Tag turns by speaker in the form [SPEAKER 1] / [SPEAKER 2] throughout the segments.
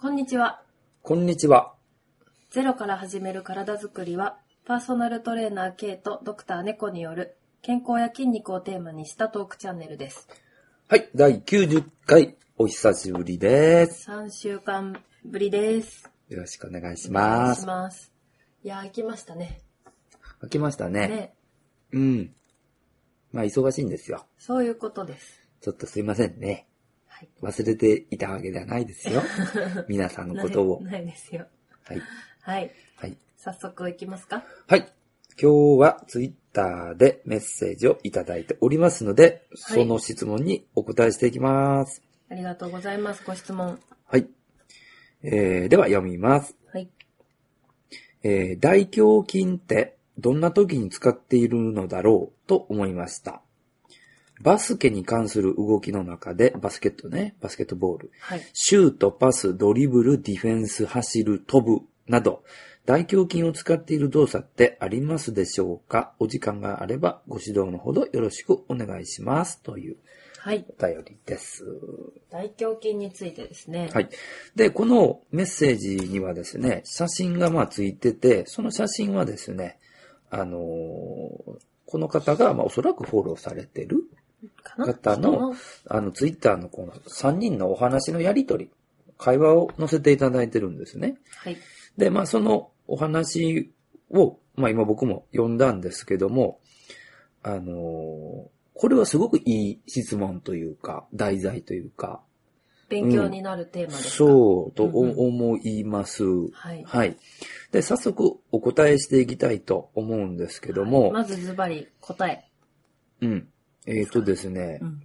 [SPEAKER 1] こんにちは。
[SPEAKER 2] こんにちは。
[SPEAKER 1] ゼロから始める体づくりは、パーソナルトレーナー K とドクター猫による健康や筋肉をテーマにしたトークチャンネルです。
[SPEAKER 2] はい、第90回、お久しぶりです。
[SPEAKER 1] 3週間ぶりです。
[SPEAKER 2] よろしくお願いし
[SPEAKER 1] お願
[SPEAKER 2] ま
[SPEAKER 1] いし
[SPEAKER 2] す。
[SPEAKER 1] ます。いやー、行きましたね。
[SPEAKER 2] 開きましたね。
[SPEAKER 1] ね。
[SPEAKER 2] うん。まあ、忙しいんですよ。
[SPEAKER 1] そういうことです。
[SPEAKER 2] ちょっとすいませんね。
[SPEAKER 1] はい。
[SPEAKER 2] 忘れていたわけではないです よ。皆さんのことを。
[SPEAKER 1] ないないですよ。
[SPEAKER 2] はい。
[SPEAKER 1] はい。
[SPEAKER 2] はい。
[SPEAKER 1] 早速行きますか。
[SPEAKER 2] はい。今日はツイッターでメッセージをいただいておりますので、
[SPEAKER 1] はい
[SPEAKER 2] その質問にお答えしていきます。
[SPEAKER 1] ありがとうございます。ご質問。
[SPEAKER 2] はい。えー、では読みます。
[SPEAKER 1] はい。
[SPEAKER 2] えー大胸筋ってどんな時に使っているのだろうと思いました。バスケに関する動きの中で、バスケットね、バスケットボール。
[SPEAKER 1] はい。
[SPEAKER 2] シュート、パス、ドリブル、ディフェンス、走る、飛ぶ、など、大胸筋を使っている動作ってありますでしょうかお時間があればご指導のほどよろしくお願いします。という
[SPEAKER 1] はい。
[SPEAKER 2] お便りです。
[SPEAKER 1] 大胸筋についてですね。
[SPEAKER 2] はい。で、このメッセージにはですね、写真がまあついてて、その写真はですね、あのーこの方が、まあおそらくフォローされてる、
[SPEAKER 1] かな
[SPEAKER 2] 方の、あの、ツイッターのこの3人のお話のやりとり、会話を載せていただいてるんですね。
[SPEAKER 1] はい。
[SPEAKER 2] で、まあそのお話を、まあ今僕も読んだんですけども、あのーこれはすごくいい質問というか、題材というか、
[SPEAKER 1] 勉強になるテーマですか、
[SPEAKER 2] そうと
[SPEAKER 1] うんう
[SPEAKER 2] お思います。
[SPEAKER 1] はい。
[SPEAKER 2] はい。で、早速お答えしていきたいと思うんですけど
[SPEAKER 1] はい
[SPEAKER 2] も、
[SPEAKER 1] まずズバリ答え。
[SPEAKER 2] うん。えっ、とですね
[SPEAKER 1] う、ん。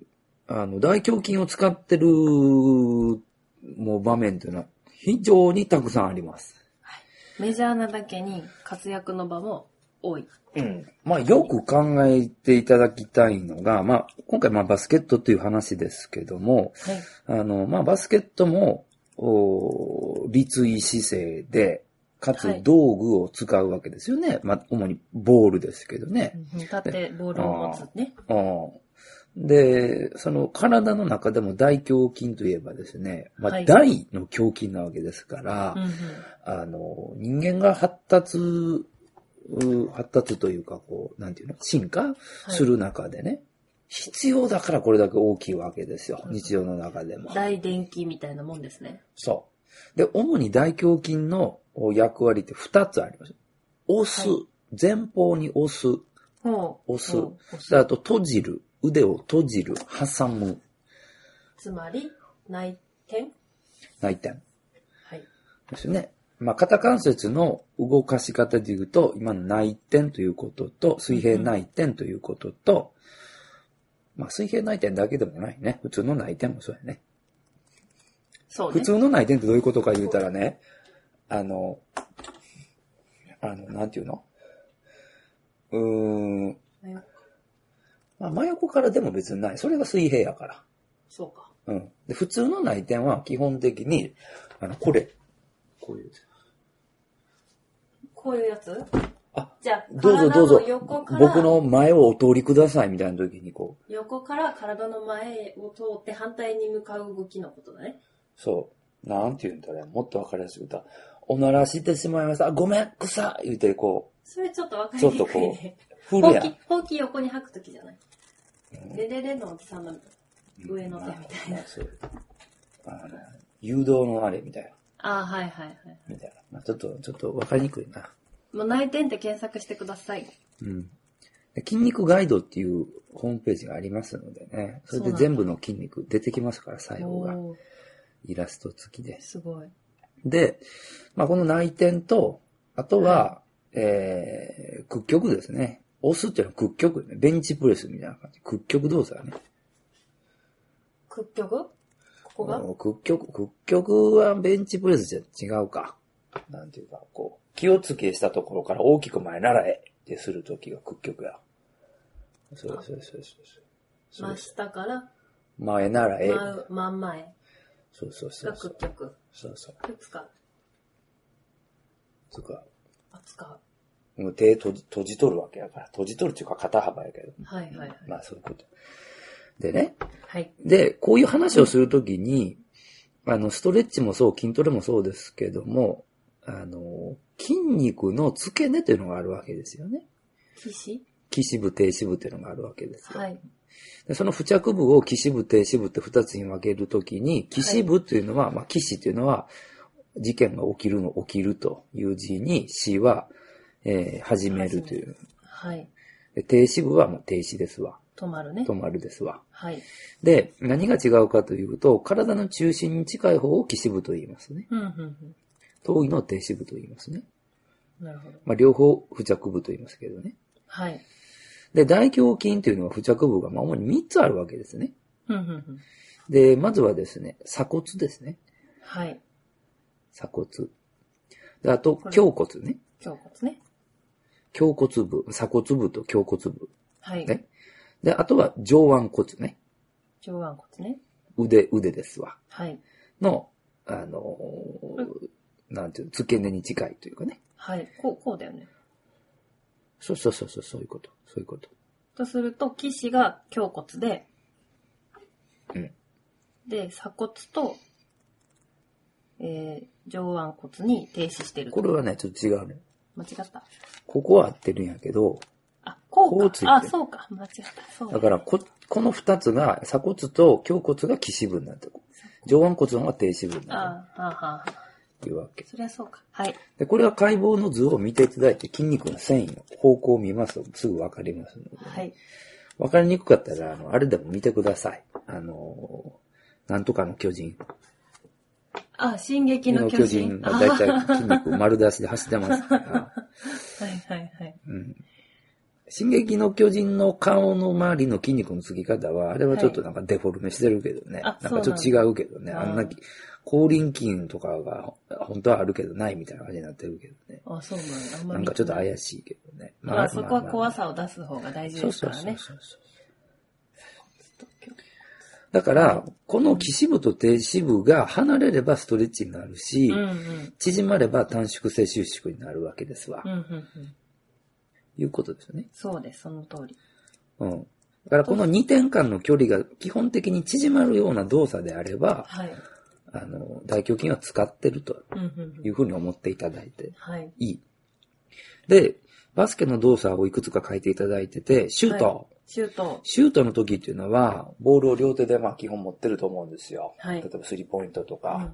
[SPEAKER 2] あの、大胸筋を使ってる、もう場面というのは非常にたくさんあります。
[SPEAKER 1] メジャーなだけに活躍の場も多い。
[SPEAKER 2] うん。まあ、よく考えていただきたいのが、まあ、今回まあバスケットという話ですけども、
[SPEAKER 1] はい。
[SPEAKER 2] あの、まあ、バスケットも、おー立位姿勢で、か
[SPEAKER 1] は
[SPEAKER 2] つ
[SPEAKER 1] い
[SPEAKER 2] 道具を使うわけですよね。まあ、主にボールですけどね。
[SPEAKER 1] 立ってボールを持つね。
[SPEAKER 2] うんで、その体の中でも大胸筋といえばですね、ま
[SPEAKER 1] は
[SPEAKER 2] あ、
[SPEAKER 1] い
[SPEAKER 2] 大の胸筋なわけですから、
[SPEAKER 1] うんうん。
[SPEAKER 2] あの、人間が発達、う発達というか、こう、なんていうの進化
[SPEAKER 1] い
[SPEAKER 2] する中でね、必要だからこれだけ大きいわけですよ。
[SPEAKER 1] うん
[SPEAKER 2] 日常の中でも。
[SPEAKER 1] 大電気みたいなもんですね。
[SPEAKER 2] そう。で、主に大胸筋の役割って2つあります。押す。
[SPEAKER 1] は
[SPEAKER 2] 前方に押す。
[SPEAKER 1] ほう。
[SPEAKER 2] 押す
[SPEAKER 1] ほう押
[SPEAKER 2] であと、閉じる。腕を閉じる。挟む。
[SPEAKER 1] つまり、内転
[SPEAKER 2] 内転
[SPEAKER 1] はい。
[SPEAKER 2] ですね。まあ、肩関節の動かし方で言うと、今の内転ということと、水平内転ということと、まあ、水平内転だけでもないね。普通の内転もそうやね。
[SPEAKER 1] そう
[SPEAKER 2] 普
[SPEAKER 1] ね。
[SPEAKER 2] 通の内転ってどういうことか言うたらね、あの、あの、なんていうのうーん、まあ、真横からでも別にない。それが水平やから。
[SPEAKER 1] そうか。
[SPEAKER 2] うん。で、普通の内転は基本的に、あの、これ。こういう。
[SPEAKER 1] こういうやつ
[SPEAKER 2] あ、
[SPEAKER 1] じゃあ、
[SPEAKER 2] どうぞどうぞ
[SPEAKER 1] 体の横、から
[SPEAKER 2] 僕の前をお通りくださいみたいな時にこう、
[SPEAKER 1] 横から体の前を通って反対に向かう動きのことだね。
[SPEAKER 2] そう、なんて言うんだろう、もっとわかりやすく言ったら、おならしてしまいました。あごめん、くさ言うてこ
[SPEAKER 1] それちょっとわかりにくいね。
[SPEAKER 2] う、
[SPEAKER 1] ほ
[SPEAKER 2] 振
[SPEAKER 1] う
[SPEAKER 2] るや
[SPEAKER 1] き
[SPEAKER 2] ん。、
[SPEAKER 1] ほうき横に吐くときじゃない。
[SPEAKER 2] うん
[SPEAKER 1] でででのおじさんの上の手みたいな
[SPEAKER 2] まあそうあの誘導のあれみたいな。
[SPEAKER 1] ああ、はいはいはい。
[SPEAKER 2] みたいな。まあ、ちょっと、ちょっとわかりにくいな。
[SPEAKER 1] もう内転って検索してください。
[SPEAKER 2] うん。で筋肉ガイドっていうホームページがありますのでね。それで全部の筋肉出てきますから、最後が。
[SPEAKER 1] おー
[SPEAKER 2] イラスト付きです
[SPEAKER 1] ごい。
[SPEAKER 2] で、まあ、この内転と、あとは、えー、屈曲ですね。押すっていうのは屈曲、ね。ベンチプレスみたいな感じ。屈曲動作だね。
[SPEAKER 1] 屈曲ここが
[SPEAKER 2] うん屈曲、屈曲はベンチプレスじゃ違うか。なんていうか、こう、気をつけしたところから大きく前ならえってするときが屈曲や。そうそうそうそうそう。
[SPEAKER 1] 真下から
[SPEAKER 2] 前ならえ。
[SPEAKER 1] 真真ん前
[SPEAKER 2] そうそうそ
[SPEAKER 1] が
[SPEAKER 2] うそ
[SPEAKER 1] 屈
[SPEAKER 2] う。
[SPEAKER 1] 曲。
[SPEAKER 2] そうそう。
[SPEAKER 1] これ使う。
[SPEAKER 2] つうか、
[SPEAKER 1] あ、使う。
[SPEAKER 2] もう手閉じ閉じ取るわけやから。閉じ取るっていうか肩幅やけど。
[SPEAKER 1] はいはいはい。
[SPEAKER 2] まあそういうこと。でね。
[SPEAKER 1] はい。
[SPEAKER 2] で、こういう話をするときに、あの、ストレッチもそう、筋トレもそうですけども、あの、筋肉の付け根というのがあるわけですよね。
[SPEAKER 1] 騎士
[SPEAKER 2] 起死部、低死部というのがあるわけですよ。
[SPEAKER 1] はい。
[SPEAKER 2] でその付着部を起死部、低死部って二つに分けるときに、起死部というのは、まあ、起死というのは、事件が起きるの、起きるという字に、死は、えー始めるという。
[SPEAKER 1] はい。
[SPEAKER 2] で停止部はもう停止ですわ。
[SPEAKER 1] 止まるね
[SPEAKER 2] 止。まるですわ。
[SPEAKER 1] はい。
[SPEAKER 2] で、何が違うかというと、体の中心に近い方を起死部と言いますね。
[SPEAKER 1] うん、うん、
[SPEAKER 2] 遠いのを停止部と言いますね。
[SPEAKER 1] うん。なるほど。
[SPEAKER 2] まあ、両方付着部と言いますけどね。
[SPEAKER 1] はい。
[SPEAKER 2] で、大胸筋というのは付着部がまあ主に3つあるわけですね。
[SPEAKER 1] うん、うん、うん。
[SPEAKER 2] で、まずはですね、鎖骨ですね。
[SPEAKER 1] はい。
[SPEAKER 2] 鎖骨。で、あと
[SPEAKER 1] こ、れ
[SPEAKER 2] 胸骨ね。
[SPEAKER 1] 胸骨ね。
[SPEAKER 2] 胸骨部、鎖骨部と胸骨部。
[SPEAKER 1] はい。
[SPEAKER 2] ねで、あとは上腕骨ね。
[SPEAKER 1] 上腕骨ね。
[SPEAKER 2] 腕、腕ですわ。
[SPEAKER 1] はい。
[SPEAKER 2] の、あのーなんていうの、付け根に近いというかね。
[SPEAKER 1] はい。こう、こうだよね。
[SPEAKER 2] そうそうそうそう、そういうこと。そういうこと。
[SPEAKER 1] とすると、騎士が胸骨で、
[SPEAKER 2] うん
[SPEAKER 1] で、鎖骨と、えー、上腕骨に停止してると。
[SPEAKER 2] これはね、ちょっと違うね。
[SPEAKER 1] 間違った。
[SPEAKER 2] ここは合ってるんやけど、
[SPEAKER 1] あ、こ
[SPEAKER 2] こう
[SPEAKER 1] う
[SPEAKER 2] ついてる
[SPEAKER 1] か。あ、そうか。間違った。そう
[SPEAKER 2] だからこ、この二つが、鎖骨と胸骨が起死部になってる上腕骨の方が低死部になっ
[SPEAKER 1] ああ、ああ、ああ。
[SPEAKER 2] てるわけ。
[SPEAKER 1] そりゃそうか。はい。
[SPEAKER 2] で、これは解剖の図を見ていただいて、筋肉の繊維の方向を見ますとすぐわかりますので、
[SPEAKER 1] はい。
[SPEAKER 2] わかりにくかったら、あの、あれでも見てください。あのー、なんとかの巨人。
[SPEAKER 1] あ、進撃の巨人。
[SPEAKER 2] が
[SPEAKER 1] あ
[SPEAKER 2] だいたい 筋肉丸出しで走ってますから、
[SPEAKER 1] はいはいはい。
[SPEAKER 2] うん。進撃の巨人の顔の周りの筋肉のつき方は、あれはちょっとなんかデフォルメしてるけどね。
[SPEAKER 1] あ
[SPEAKER 2] なんかちょっと違うけどね。
[SPEAKER 1] そう
[SPEAKER 2] あ
[SPEAKER 1] なん
[SPEAKER 2] ん
[SPEAKER 1] だ
[SPEAKER 2] な、後輪筋とかが本当はあるけどないみたいな感じになってるけどね。
[SPEAKER 1] あ、そうなんだ。あんま
[SPEAKER 2] な
[SPEAKER 1] り
[SPEAKER 2] んかちょっと怪しいけどね。
[SPEAKER 1] まあ、そこは怖
[SPEAKER 2] さ
[SPEAKER 1] さを出す方が大事
[SPEAKER 2] そ
[SPEAKER 1] で
[SPEAKER 2] う
[SPEAKER 1] すか
[SPEAKER 2] そう
[SPEAKER 1] ら
[SPEAKER 2] そ
[SPEAKER 1] ね。
[SPEAKER 2] うそう。
[SPEAKER 1] ちょっと今日
[SPEAKER 2] だから、この起死部と低死部が離れればストレッチになるし、
[SPEAKER 1] うんうん。
[SPEAKER 2] 縮まれば短縮性収縮になるわけですわ。
[SPEAKER 1] うんうんうん。
[SPEAKER 2] いうことですよね。
[SPEAKER 1] そうです、その通り。
[SPEAKER 2] うん。だからこの2点間の距離が基本的に縮まるような動作であれば、
[SPEAKER 1] はい。
[SPEAKER 2] あの、大胸筋は使ってると
[SPEAKER 1] うんうんう
[SPEAKER 2] い
[SPEAKER 1] ん。
[SPEAKER 2] うふうに思っていただいて
[SPEAKER 1] はい。
[SPEAKER 2] いい。で、バスケの動作をいくつか書いていただいてて、シュート、
[SPEAKER 1] はシュート。
[SPEAKER 2] シュートの時っていうのは、ボールを両手でまあ基本持ってると思うんですよ。
[SPEAKER 1] はい
[SPEAKER 2] 例えばスリーポイントと
[SPEAKER 1] う
[SPEAKER 2] か。
[SPEAKER 1] ん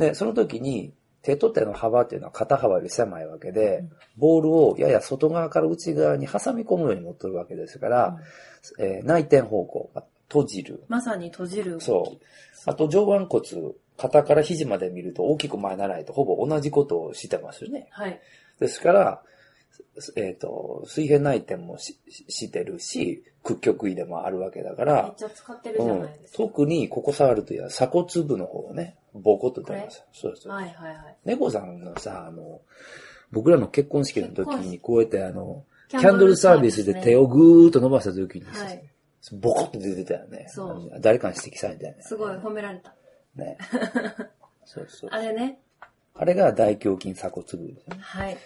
[SPEAKER 2] で、その時に、手と手の幅っていうのは肩幅より狭いわけ
[SPEAKER 1] う
[SPEAKER 2] で
[SPEAKER 1] ん、
[SPEAKER 2] ボールをやや外側から内側に挟み込むように持ってるわけですから、えー内転方向、閉じる。
[SPEAKER 1] まさに閉じる動き。
[SPEAKER 2] そう。あと上腕骨、肩から肘まで見ると大きく前ならないとほぼ同じことをしてますよね。
[SPEAKER 1] はい。
[SPEAKER 2] ですから、すえっ、と、水平内転もしししてるし、屈曲位でもあるわけだか
[SPEAKER 1] めっ
[SPEAKER 2] ら、
[SPEAKER 1] ちゃ使ってるじゃ
[SPEAKER 2] う
[SPEAKER 1] なんいです、か。
[SPEAKER 2] 特にここ触るというのは鎖骨部の方をね、ボコッと出ます。そうそう。
[SPEAKER 1] はいはいはい。
[SPEAKER 2] 猫さんのさ、あの、僕らの結婚式の時
[SPEAKER 1] 結婚
[SPEAKER 2] に
[SPEAKER 1] 式
[SPEAKER 2] こうやってあの、キャンドルサービスで手
[SPEAKER 1] を。
[SPEAKER 2] をぐーっと伸ばした時にさ、
[SPEAKER 1] はい。
[SPEAKER 2] ボコッと出てたよね。
[SPEAKER 1] そう
[SPEAKER 2] あの誰かに指摘されたよね。
[SPEAKER 1] すごい褒められた。
[SPEAKER 2] ね。そうそう。
[SPEAKER 1] あれね。
[SPEAKER 2] あれが大胸筋鎖骨部ですね。
[SPEAKER 1] はい。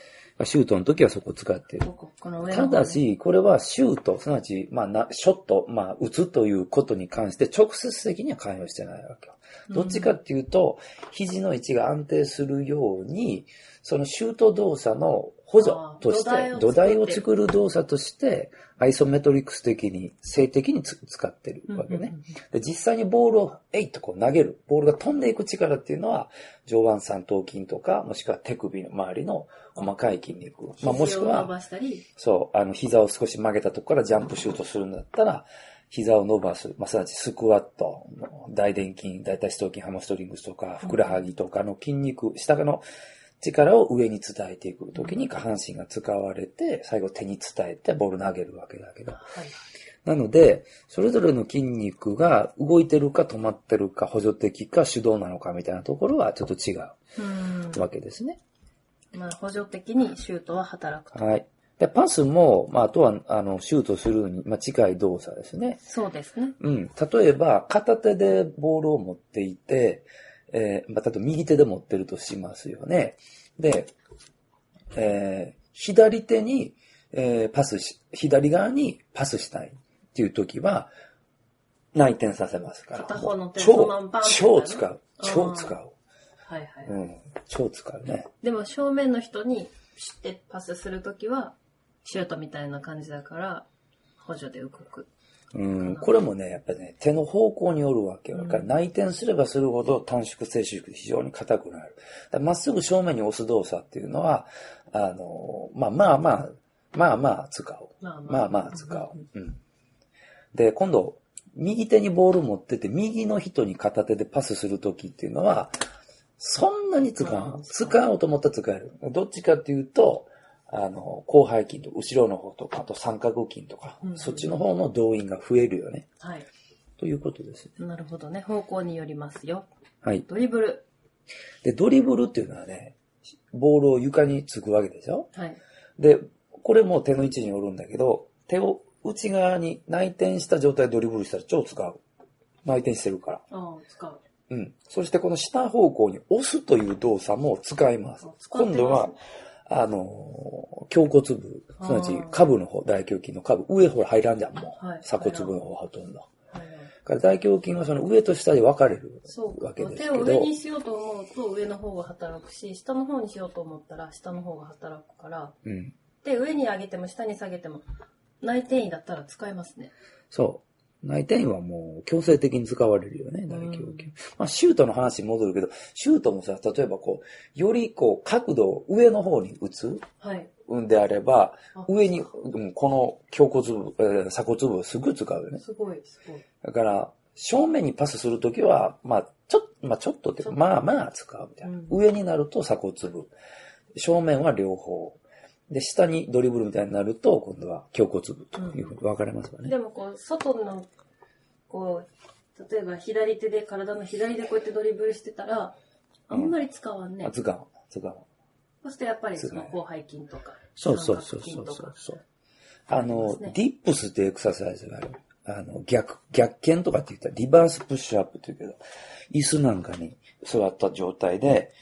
[SPEAKER 2] シュートの時はそこ使ってる
[SPEAKER 1] こ。こ、この上の
[SPEAKER 2] た
[SPEAKER 1] 方ね
[SPEAKER 2] だ、し、これはシュート、すなわち、まあな、ショット、まあ、打つということに関して直接的には関与してないわけよ。どっちかっていうと、肘の位置が安定するように、そのシュート動作の補助とし
[SPEAKER 1] あー
[SPEAKER 2] て、土
[SPEAKER 1] 土台
[SPEAKER 2] 台
[SPEAKER 1] を作って
[SPEAKER 2] を作る動作として、アイソメトリックス的に、性的につ使ってる
[SPEAKER 1] うん
[SPEAKER 2] わけ
[SPEAKER 1] うんう
[SPEAKER 2] ね。
[SPEAKER 1] ん
[SPEAKER 2] で実際にボールを、えいっとこう投げる、ボールが飛んでいく力っていうのは、上腕三頭筋とか、もしくは手首の周りの細かい筋肉、まあ、もし
[SPEAKER 1] 肘
[SPEAKER 2] く
[SPEAKER 1] を伸
[SPEAKER 2] は、
[SPEAKER 1] ばしたり、
[SPEAKER 2] そう、あの、膝を少し曲げたところからジャンプシュートするんだったら、膝を伸ばす、まあ、すなわちスクワット、大臀筋、大腿四頭筋、ハムストリングスとか、ふくらはぎとかの筋肉、下の力を上に伝えていくときに下半身が使われて、最後手に伝えてボール投げるわけだけど、
[SPEAKER 1] はい。
[SPEAKER 2] なので、それぞれの筋肉が動いてるか止まってるか補助的か手動なのかみたいなところはちょっと違
[SPEAKER 1] うん
[SPEAKER 2] う。わけですね。
[SPEAKER 1] まあ、補助的にシュートは働くと。
[SPEAKER 2] はい。で、パスも、まあ、あとは、あの、シュートするのに、まあ、近い動作ですね。
[SPEAKER 1] そうですね。
[SPEAKER 2] うん。例えば、片手でボールを持っていて、えー、まあ、例えば右手で持ってるとしますよね。で、えー、左手に、えー、パスし、左側にパスしたいっていう時は、内転させますから。
[SPEAKER 1] 片方の手そのま
[SPEAKER 2] 超
[SPEAKER 1] んパン、ってやる
[SPEAKER 2] 超使う。超使う。
[SPEAKER 1] はいはい。
[SPEAKER 2] うん。超使うね。
[SPEAKER 1] でも正面の人に知ってパスするときは、シュートみたいな感じだから、補助で動く。
[SPEAKER 2] うん。これもね、やっぱね、手の方向によるわけよ。だから内転すればするほど短縮静止力非常に硬くなる。だからまっすぐ正面に押す動作っていうのは、あの、まあまあまあ、まあまあ使う。
[SPEAKER 1] まあまあ。
[SPEAKER 2] まあまあ使う。うん。で、今度、右手にボール持ってて、右の人に片手でパスするときっていうのは、そんなに使
[SPEAKER 1] あ
[SPEAKER 2] う
[SPEAKER 1] ー。
[SPEAKER 2] 使おうと思ったら使える。どっちかっていうと、あの、広背筋と後ろの方とか、あと三角筋とか、
[SPEAKER 1] うん
[SPEAKER 2] そっちの方の動員が増えるよね。
[SPEAKER 1] はい。
[SPEAKER 2] ということですね。
[SPEAKER 1] なるほどね。方向によりますよ。
[SPEAKER 2] はい。
[SPEAKER 1] ドリブル。
[SPEAKER 2] で、ドリブルっていうのはね、ボールを床につくわけでしょ
[SPEAKER 1] はい。
[SPEAKER 2] で、これも手の位置によるんだけど、手を内側に内転した状態でドリブルしたら超使う。内転してるから。
[SPEAKER 1] ああ、使う。
[SPEAKER 2] うん。そしてこの下方向に押すという動作も使います
[SPEAKER 1] あ。使ってま
[SPEAKER 2] 今
[SPEAKER 1] す
[SPEAKER 2] 度は、あのー、胸骨部、すなわち
[SPEAKER 1] あー
[SPEAKER 2] 下部の方、大胸筋の下部、上ほら入らんじゃん、もう。
[SPEAKER 1] はい
[SPEAKER 2] 鎖骨部の方ほとんど。
[SPEAKER 1] はいはい
[SPEAKER 2] だから大胸筋はその上と下で分かれる
[SPEAKER 1] そうか
[SPEAKER 2] わけです
[SPEAKER 1] 手
[SPEAKER 2] けど。
[SPEAKER 1] を上にしようと思うと上の方が働くし、下の方にしようと思ったら下の方が働くから、
[SPEAKER 2] うん。
[SPEAKER 1] で、上に上げても下に下げても、内転位だったら使えますね。
[SPEAKER 2] そう。内転はもう強制的に使われるよね、大胸
[SPEAKER 1] う
[SPEAKER 2] 筋。
[SPEAKER 1] ん
[SPEAKER 2] まあ、シュートの話に戻るけど、シュートもさ、例えばこう、よりこう、角度を上の方に打つ
[SPEAKER 1] はい。
[SPEAKER 2] んであれば、
[SPEAKER 1] あ
[SPEAKER 2] 上に、うんこの胸骨部、えー鎖骨部をすぐ使うよね。
[SPEAKER 1] すごい、すごい。
[SPEAKER 2] だから、正面にパスするときは、まあ、ちょっと、まあ、ちょっとっていう
[SPEAKER 1] ちょ
[SPEAKER 2] か、
[SPEAKER 1] っと
[SPEAKER 2] まあまあ使うみたいな。
[SPEAKER 1] うん
[SPEAKER 2] 上になると鎖骨部。正面は両方。で、下にドリブルみたいになると、今度は胸骨部というふうに分かれますわね。
[SPEAKER 1] でもこう、外の、こう、例えば左手で、体の左でこうやってドリブルしてたら、あんまり使わんね。
[SPEAKER 2] あ、図鑑、図鑑。
[SPEAKER 1] そしてやっぱりその広背筋とか、
[SPEAKER 2] そうそうそう
[SPEAKER 1] 三
[SPEAKER 2] そ
[SPEAKER 1] 角
[SPEAKER 2] う
[SPEAKER 1] 筋
[SPEAKER 2] そ
[SPEAKER 1] とか。
[SPEAKER 2] うそう。
[SPEAKER 1] あ
[SPEAKER 2] あの、
[SPEAKER 1] りますね
[SPEAKER 2] ディップスってエクササイズがある。あの、逆、逆剣とかって言ったら、リバースプッシュアップって言うけど、椅子なんかに座った状態で、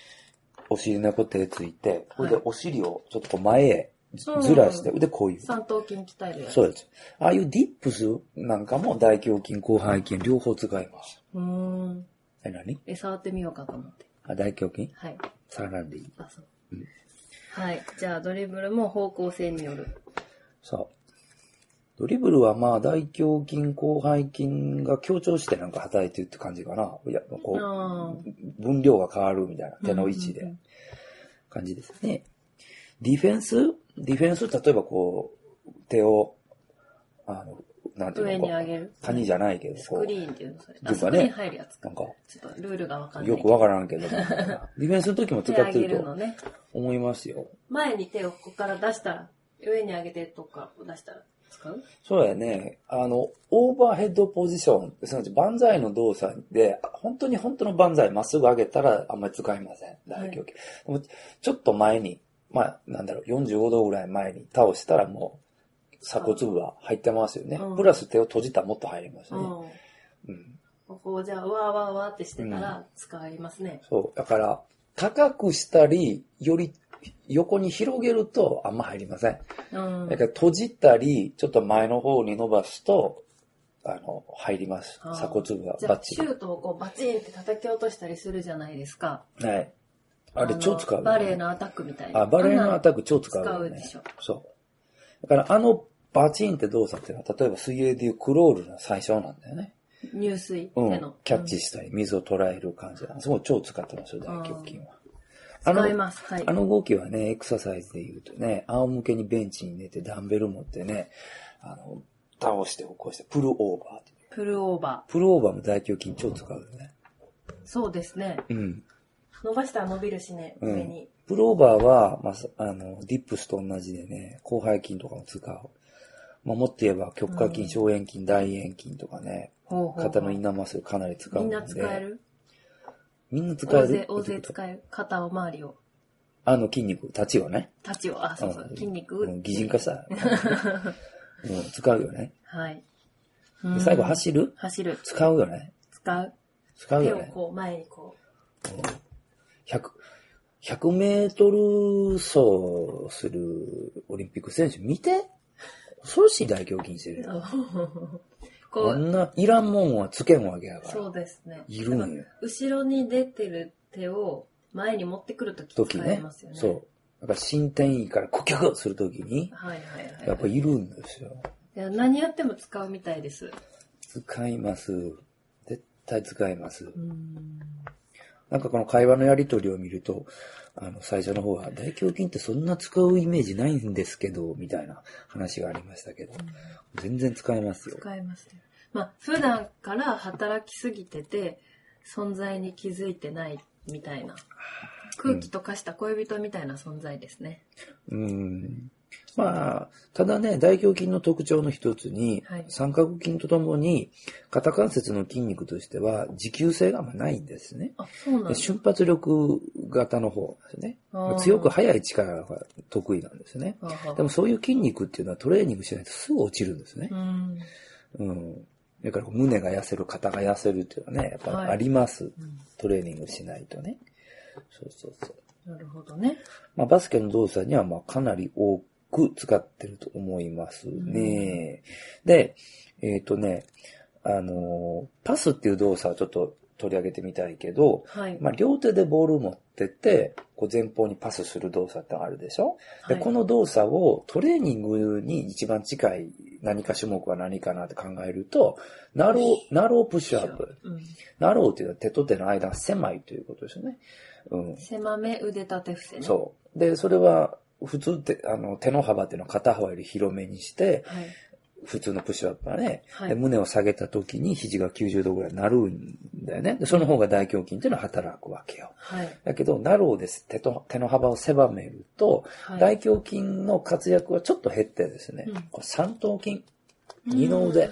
[SPEAKER 2] お尻の横手ついて、それで
[SPEAKER 1] はい
[SPEAKER 2] お尻をちょっとこう前へず
[SPEAKER 1] うん
[SPEAKER 2] ずらして、で、こういう。
[SPEAKER 1] 三頭筋鍛えるやつ。
[SPEAKER 2] そうです。ああいうディップスなんかも大胸筋、広背筋、両方使います。
[SPEAKER 1] うーん。
[SPEAKER 2] え、何
[SPEAKER 1] え、触ってみようかと思って。
[SPEAKER 2] あ、大胸筋
[SPEAKER 1] はい。
[SPEAKER 2] さらんでいい。
[SPEAKER 1] あ、そう。はい。じゃあ、ドリブルも方向性による。
[SPEAKER 2] そう。ドリブルはまあ、大胸筋、広背筋が強調してなんか働いてるって感じかな。いや、こう、
[SPEAKER 1] あ
[SPEAKER 2] 分量が変わるみたいな、
[SPEAKER 1] あ。
[SPEAKER 2] 手の位
[SPEAKER 1] うん
[SPEAKER 2] 置
[SPEAKER 1] う
[SPEAKER 2] で
[SPEAKER 1] ん。
[SPEAKER 2] 感じですね。ディフェンスディフェンス例えばこう、手を、あの、なんて
[SPEAKER 1] うん
[SPEAKER 2] い
[SPEAKER 1] 上
[SPEAKER 2] う
[SPEAKER 1] に
[SPEAKER 2] の
[SPEAKER 1] 上
[SPEAKER 2] か、
[SPEAKER 1] げる。
[SPEAKER 2] 谷じゃないけど、
[SPEAKER 1] ス
[SPEAKER 2] こ
[SPEAKER 1] ク
[SPEAKER 2] う、
[SPEAKER 1] リーンっていうのそれ。
[SPEAKER 2] とか
[SPEAKER 1] あ、
[SPEAKER 2] ね
[SPEAKER 1] スクリーン入るやつか
[SPEAKER 2] なん。か、
[SPEAKER 1] ちょっとルールがわかんない。
[SPEAKER 2] よくわからん けど、みたいなディフェンスの時も使
[SPEAKER 1] 手
[SPEAKER 2] っ
[SPEAKER 1] 上
[SPEAKER 2] て
[SPEAKER 1] げ
[SPEAKER 2] る
[SPEAKER 1] る
[SPEAKER 2] と
[SPEAKER 1] のね。
[SPEAKER 2] 思いますよ。
[SPEAKER 1] 前に手をここから出したら、上に上げてとか出したら使う
[SPEAKER 2] そうやね。あの、オーバーヘッドポジション、すなわち万歳の動作で、本当に本当の万歳まっすぐ上げたらあんまり使いません。大胸筋。でもちょっと前に、まあ、なんだろう、45度ぐらい前に倒したらもう、鎖骨部は入ってますよね
[SPEAKER 1] う。ん
[SPEAKER 2] プラス手を閉じたらもっと入ります
[SPEAKER 1] う
[SPEAKER 2] ね。
[SPEAKER 1] ん。
[SPEAKER 2] うん。
[SPEAKER 1] ここをじゃあ、わーわーわーってしてたら使いますね。
[SPEAKER 2] そう。だから、高くしたり、より横に広げるとあんま入りません。
[SPEAKER 1] うん。
[SPEAKER 2] だから閉じたり、ちょっと前の方に伸ばすと、あの、入ります。
[SPEAKER 1] あー
[SPEAKER 2] 鎖骨部が
[SPEAKER 1] じゃ
[SPEAKER 2] バッ
[SPEAKER 1] あ、
[SPEAKER 2] チ
[SPEAKER 1] シュートをこうバチンって叩き落としたりするじゃないですか。
[SPEAKER 2] リ。はい。あれ
[SPEAKER 1] の
[SPEAKER 2] 超使うよね、
[SPEAKER 1] バレエのアタックみたいな。
[SPEAKER 2] あ、バレエのア
[SPEAKER 1] ッ
[SPEAKER 2] タック超使う
[SPEAKER 1] 使
[SPEAKER 2] よ
[SPEAKER 1] う
[SPEAKER 2] ね
[SPEAKER 1] で。しょ。
[SPEAKER 2] そう。だからあのバチンって動作っていうのは、例えば水泳でいうクロールの最初なんだよね。
[SPEAKER 1] 入水、
[SPEAKER 2] う
[SPEAKER 1] 手
[SPEAKER 2] ん
[SPEAKER 1] の。。
[SPEAKER 2] キャッチしたり、水を捉える感じだ。すごい超使ってますよ、大胸筋は。
[SPEAKER 1] う
[SPEAKER 2] あ
[SPEAKER 1] ん。
[SPEAKER 2] の
[SPEAKER 1] 使います。はい
[SPEAKER 2] あ。の動きはね、エクササイズで言うとね、仰向けにベンチに寝てダンベル持ってね、あの、倒して起こして、プルオーバーって
[SPEAKER 1] プルオーバ
[SPEAKER 2] プルオーバーも大胸筋超使うよね。
[SPEAKER 1] ー。そうですね。
[SPEAKER 2] うん。
[SPEAKER 1] 伸ばしたら伸びるしね、
[SPEAKER 2] うん
[SPEAKER 1] 上に。
[SPEAKER 2] プルオーバーは、まあ、さあの、ディップスと同じでね、広背筋とかも使う。まあ、もっと言えば、極下
[SPEAKER 1] う
[SPEAKER 2] 筋、
[SPEAKER 1] ん
[SPEAKER 2] 小円筋、大円筋とかね、
[SPEAKER 1] ほうほうほう
[SPEAKER 2] 肩のインナーマッスルかなり使う
[SPEAKER 1] み
[SPEAKER 2] の
[SPEAKER 1] ん
[SPEAKER 2] で。
[SPEAKER 1] な使える
[SPEAKER 2] みんな使え
[SPEAKER 1] 大
[SPEAKER 2] る
[SPEAKER 1] 勢、大勢使える。肩を周りを。
[SPEAKER 2] あの筋肉、立ちをね、
[SPEAKER 1] 立ちを、あ、そうそう
[SPEAKER 2] う、ん
[SPEAKER 1] 筋肉。
[SPEAKER 2] うん擬人化し たら、うん、使うよね。
[SPEAKER 1] はい。
[SPEAKER 2] で
[SPEAKER 1] うん
[SPEAKER 2] 最後走る
[SPEAKER 1] 走る。
[SPEAKER 2] 使うよね。
[SPEAKER 1] 使う。
[SPEAKER 2] 使う
[SPEAKER 1] 手
[SPEAKER 2] よ
[SPEAKER 1] を
[SPEAKER 2] ね。
[SPEAKER 1] こう、前にこ
[SPEAKER 2] 100、100メートル走するオリンピック選手見て恐ろしい大胸筋してる
[SPEAKER 1] う。
[SPEAKER 2] よ。
[SPEAKER 1] ここ
[SPEAKER 2] あ
[SPEAKER 1] う、
[SPEAKER 2] んないらんもんはつけんわけやから。
[SPEAKER 1] そうですね。
[SPEAKER 2] いる
[SPEAKER 1] だか
[SPEAKER 2] ん
[SPEAKER 1] ら
[SPEAKER 2] よ。
[SPEAKER 1] 後ろに出てる手を前に持ってくるとき
[SPEAKER 2] 時
[SPEAKER 1] 使え
[SPEAKER 2] ね
[SPEAKER 1] ますよね。
[SPEAKER 2] そう。だから進展位から顧客するときに、
[SPEAKER 1] はいはいはい。
[SPEAKER 2] やっぱいるんですよ。
[SPEAKER 1] いや何やっても使うみたいです。
[SPEAKER 2] 使います。絶対使います。
[SPEAKER 1] うん。
[SPEAKER 2] なんかこの会話のやりとりを見ると、あの、最初の方は、大胸筋ってそんな使うイメージないんですけど、みたいな話がありましたけど、全然使えますよ。
[SPEAKER 1] 使えますね。まあ、普段から働きすぎてて、存在に気づいてないみたいな。空気と化した恋人みたいな存在ですね。
[SPEAKER 2] うん。まあ、ただね、大胸筋の特徴の一つに、
[SPEAKER 1] はい
[SPEAKER 2] 三角筋とともに、肩関節の筋肉としては、持久性があんまないんですね。
[SPEAKER 1] あ、そうなんだ
[SPEAKER 2] 瞬発力型の方なんですね。
[SPEAKER 1] あー
[SPEAKER 2] 強く速い力が得意なんですね。
[SPEAKER 1] はあはあ
[SPEAKER 2] でもそういう筋肉っていうのはトレーニングしないとすぐ落ちるんですね
[SPEAKER 1] う。ん。
[SPEAKER 2] うん。だから胸が痩せる、肩が痩せるっていうのはね、やっぱりあります。
[SPEAKER 1] うん
[SPEAKER 2] トレーニングしないとね。そうそうそう。
[SPEAKER 1] なるほどね。
[SPEAKER 2] まあ、バスケの動作にはまあかなり多く使ってると思いますね。で、えっ、とね、あのーパスっていう動作をちょっと取り上げてみたいけど、
[SPEAKER 1] はい。
[SPEAKER 2] まあ、両手でボールを持ってって、こう前方にパスする動作ってのがあるでしょ、
[SPEAKER 1] はい
[SPEAKER 2] で、この動作をトレーニングに一番近い何か種目は何かなって考えると、ナロー、ナロープッシュアップ。
[SPEAKER 1] うん
[SPEAKER 2] ナローっていうのは手と手の間が狭いということですよね。うん。
[SPEAKER 1] 狭め腕立て伏せね。
[SPEAKER 2] そう。で、それは、普通って、あの、手の幅っていうのは肩幅より広めにして、
[SPEAKER 1] はい。
[SPEAKER 2] 普通のプッシュアップはね、
[SPEAKER 1] は
[SPEAKER 2] で
[SPEAKER 1] い。
[SPEAKER 2] 胸を下げた時に肘が90度ぐらいになるんだよね。でその方が大胸筋っていうのは働くわけよ。
[SPEAKER 1] はい。
[SPEAKER 2] だけど、ナローです。手と、手の幅を狭めると、
[SPEAKER 1] はい。
[SPEAKER 2] 大胸筋の活躍はちょっと減ってですね、
[SPEAKER 1] うん
[SPEAKER 2] これ三頭筋、二の腕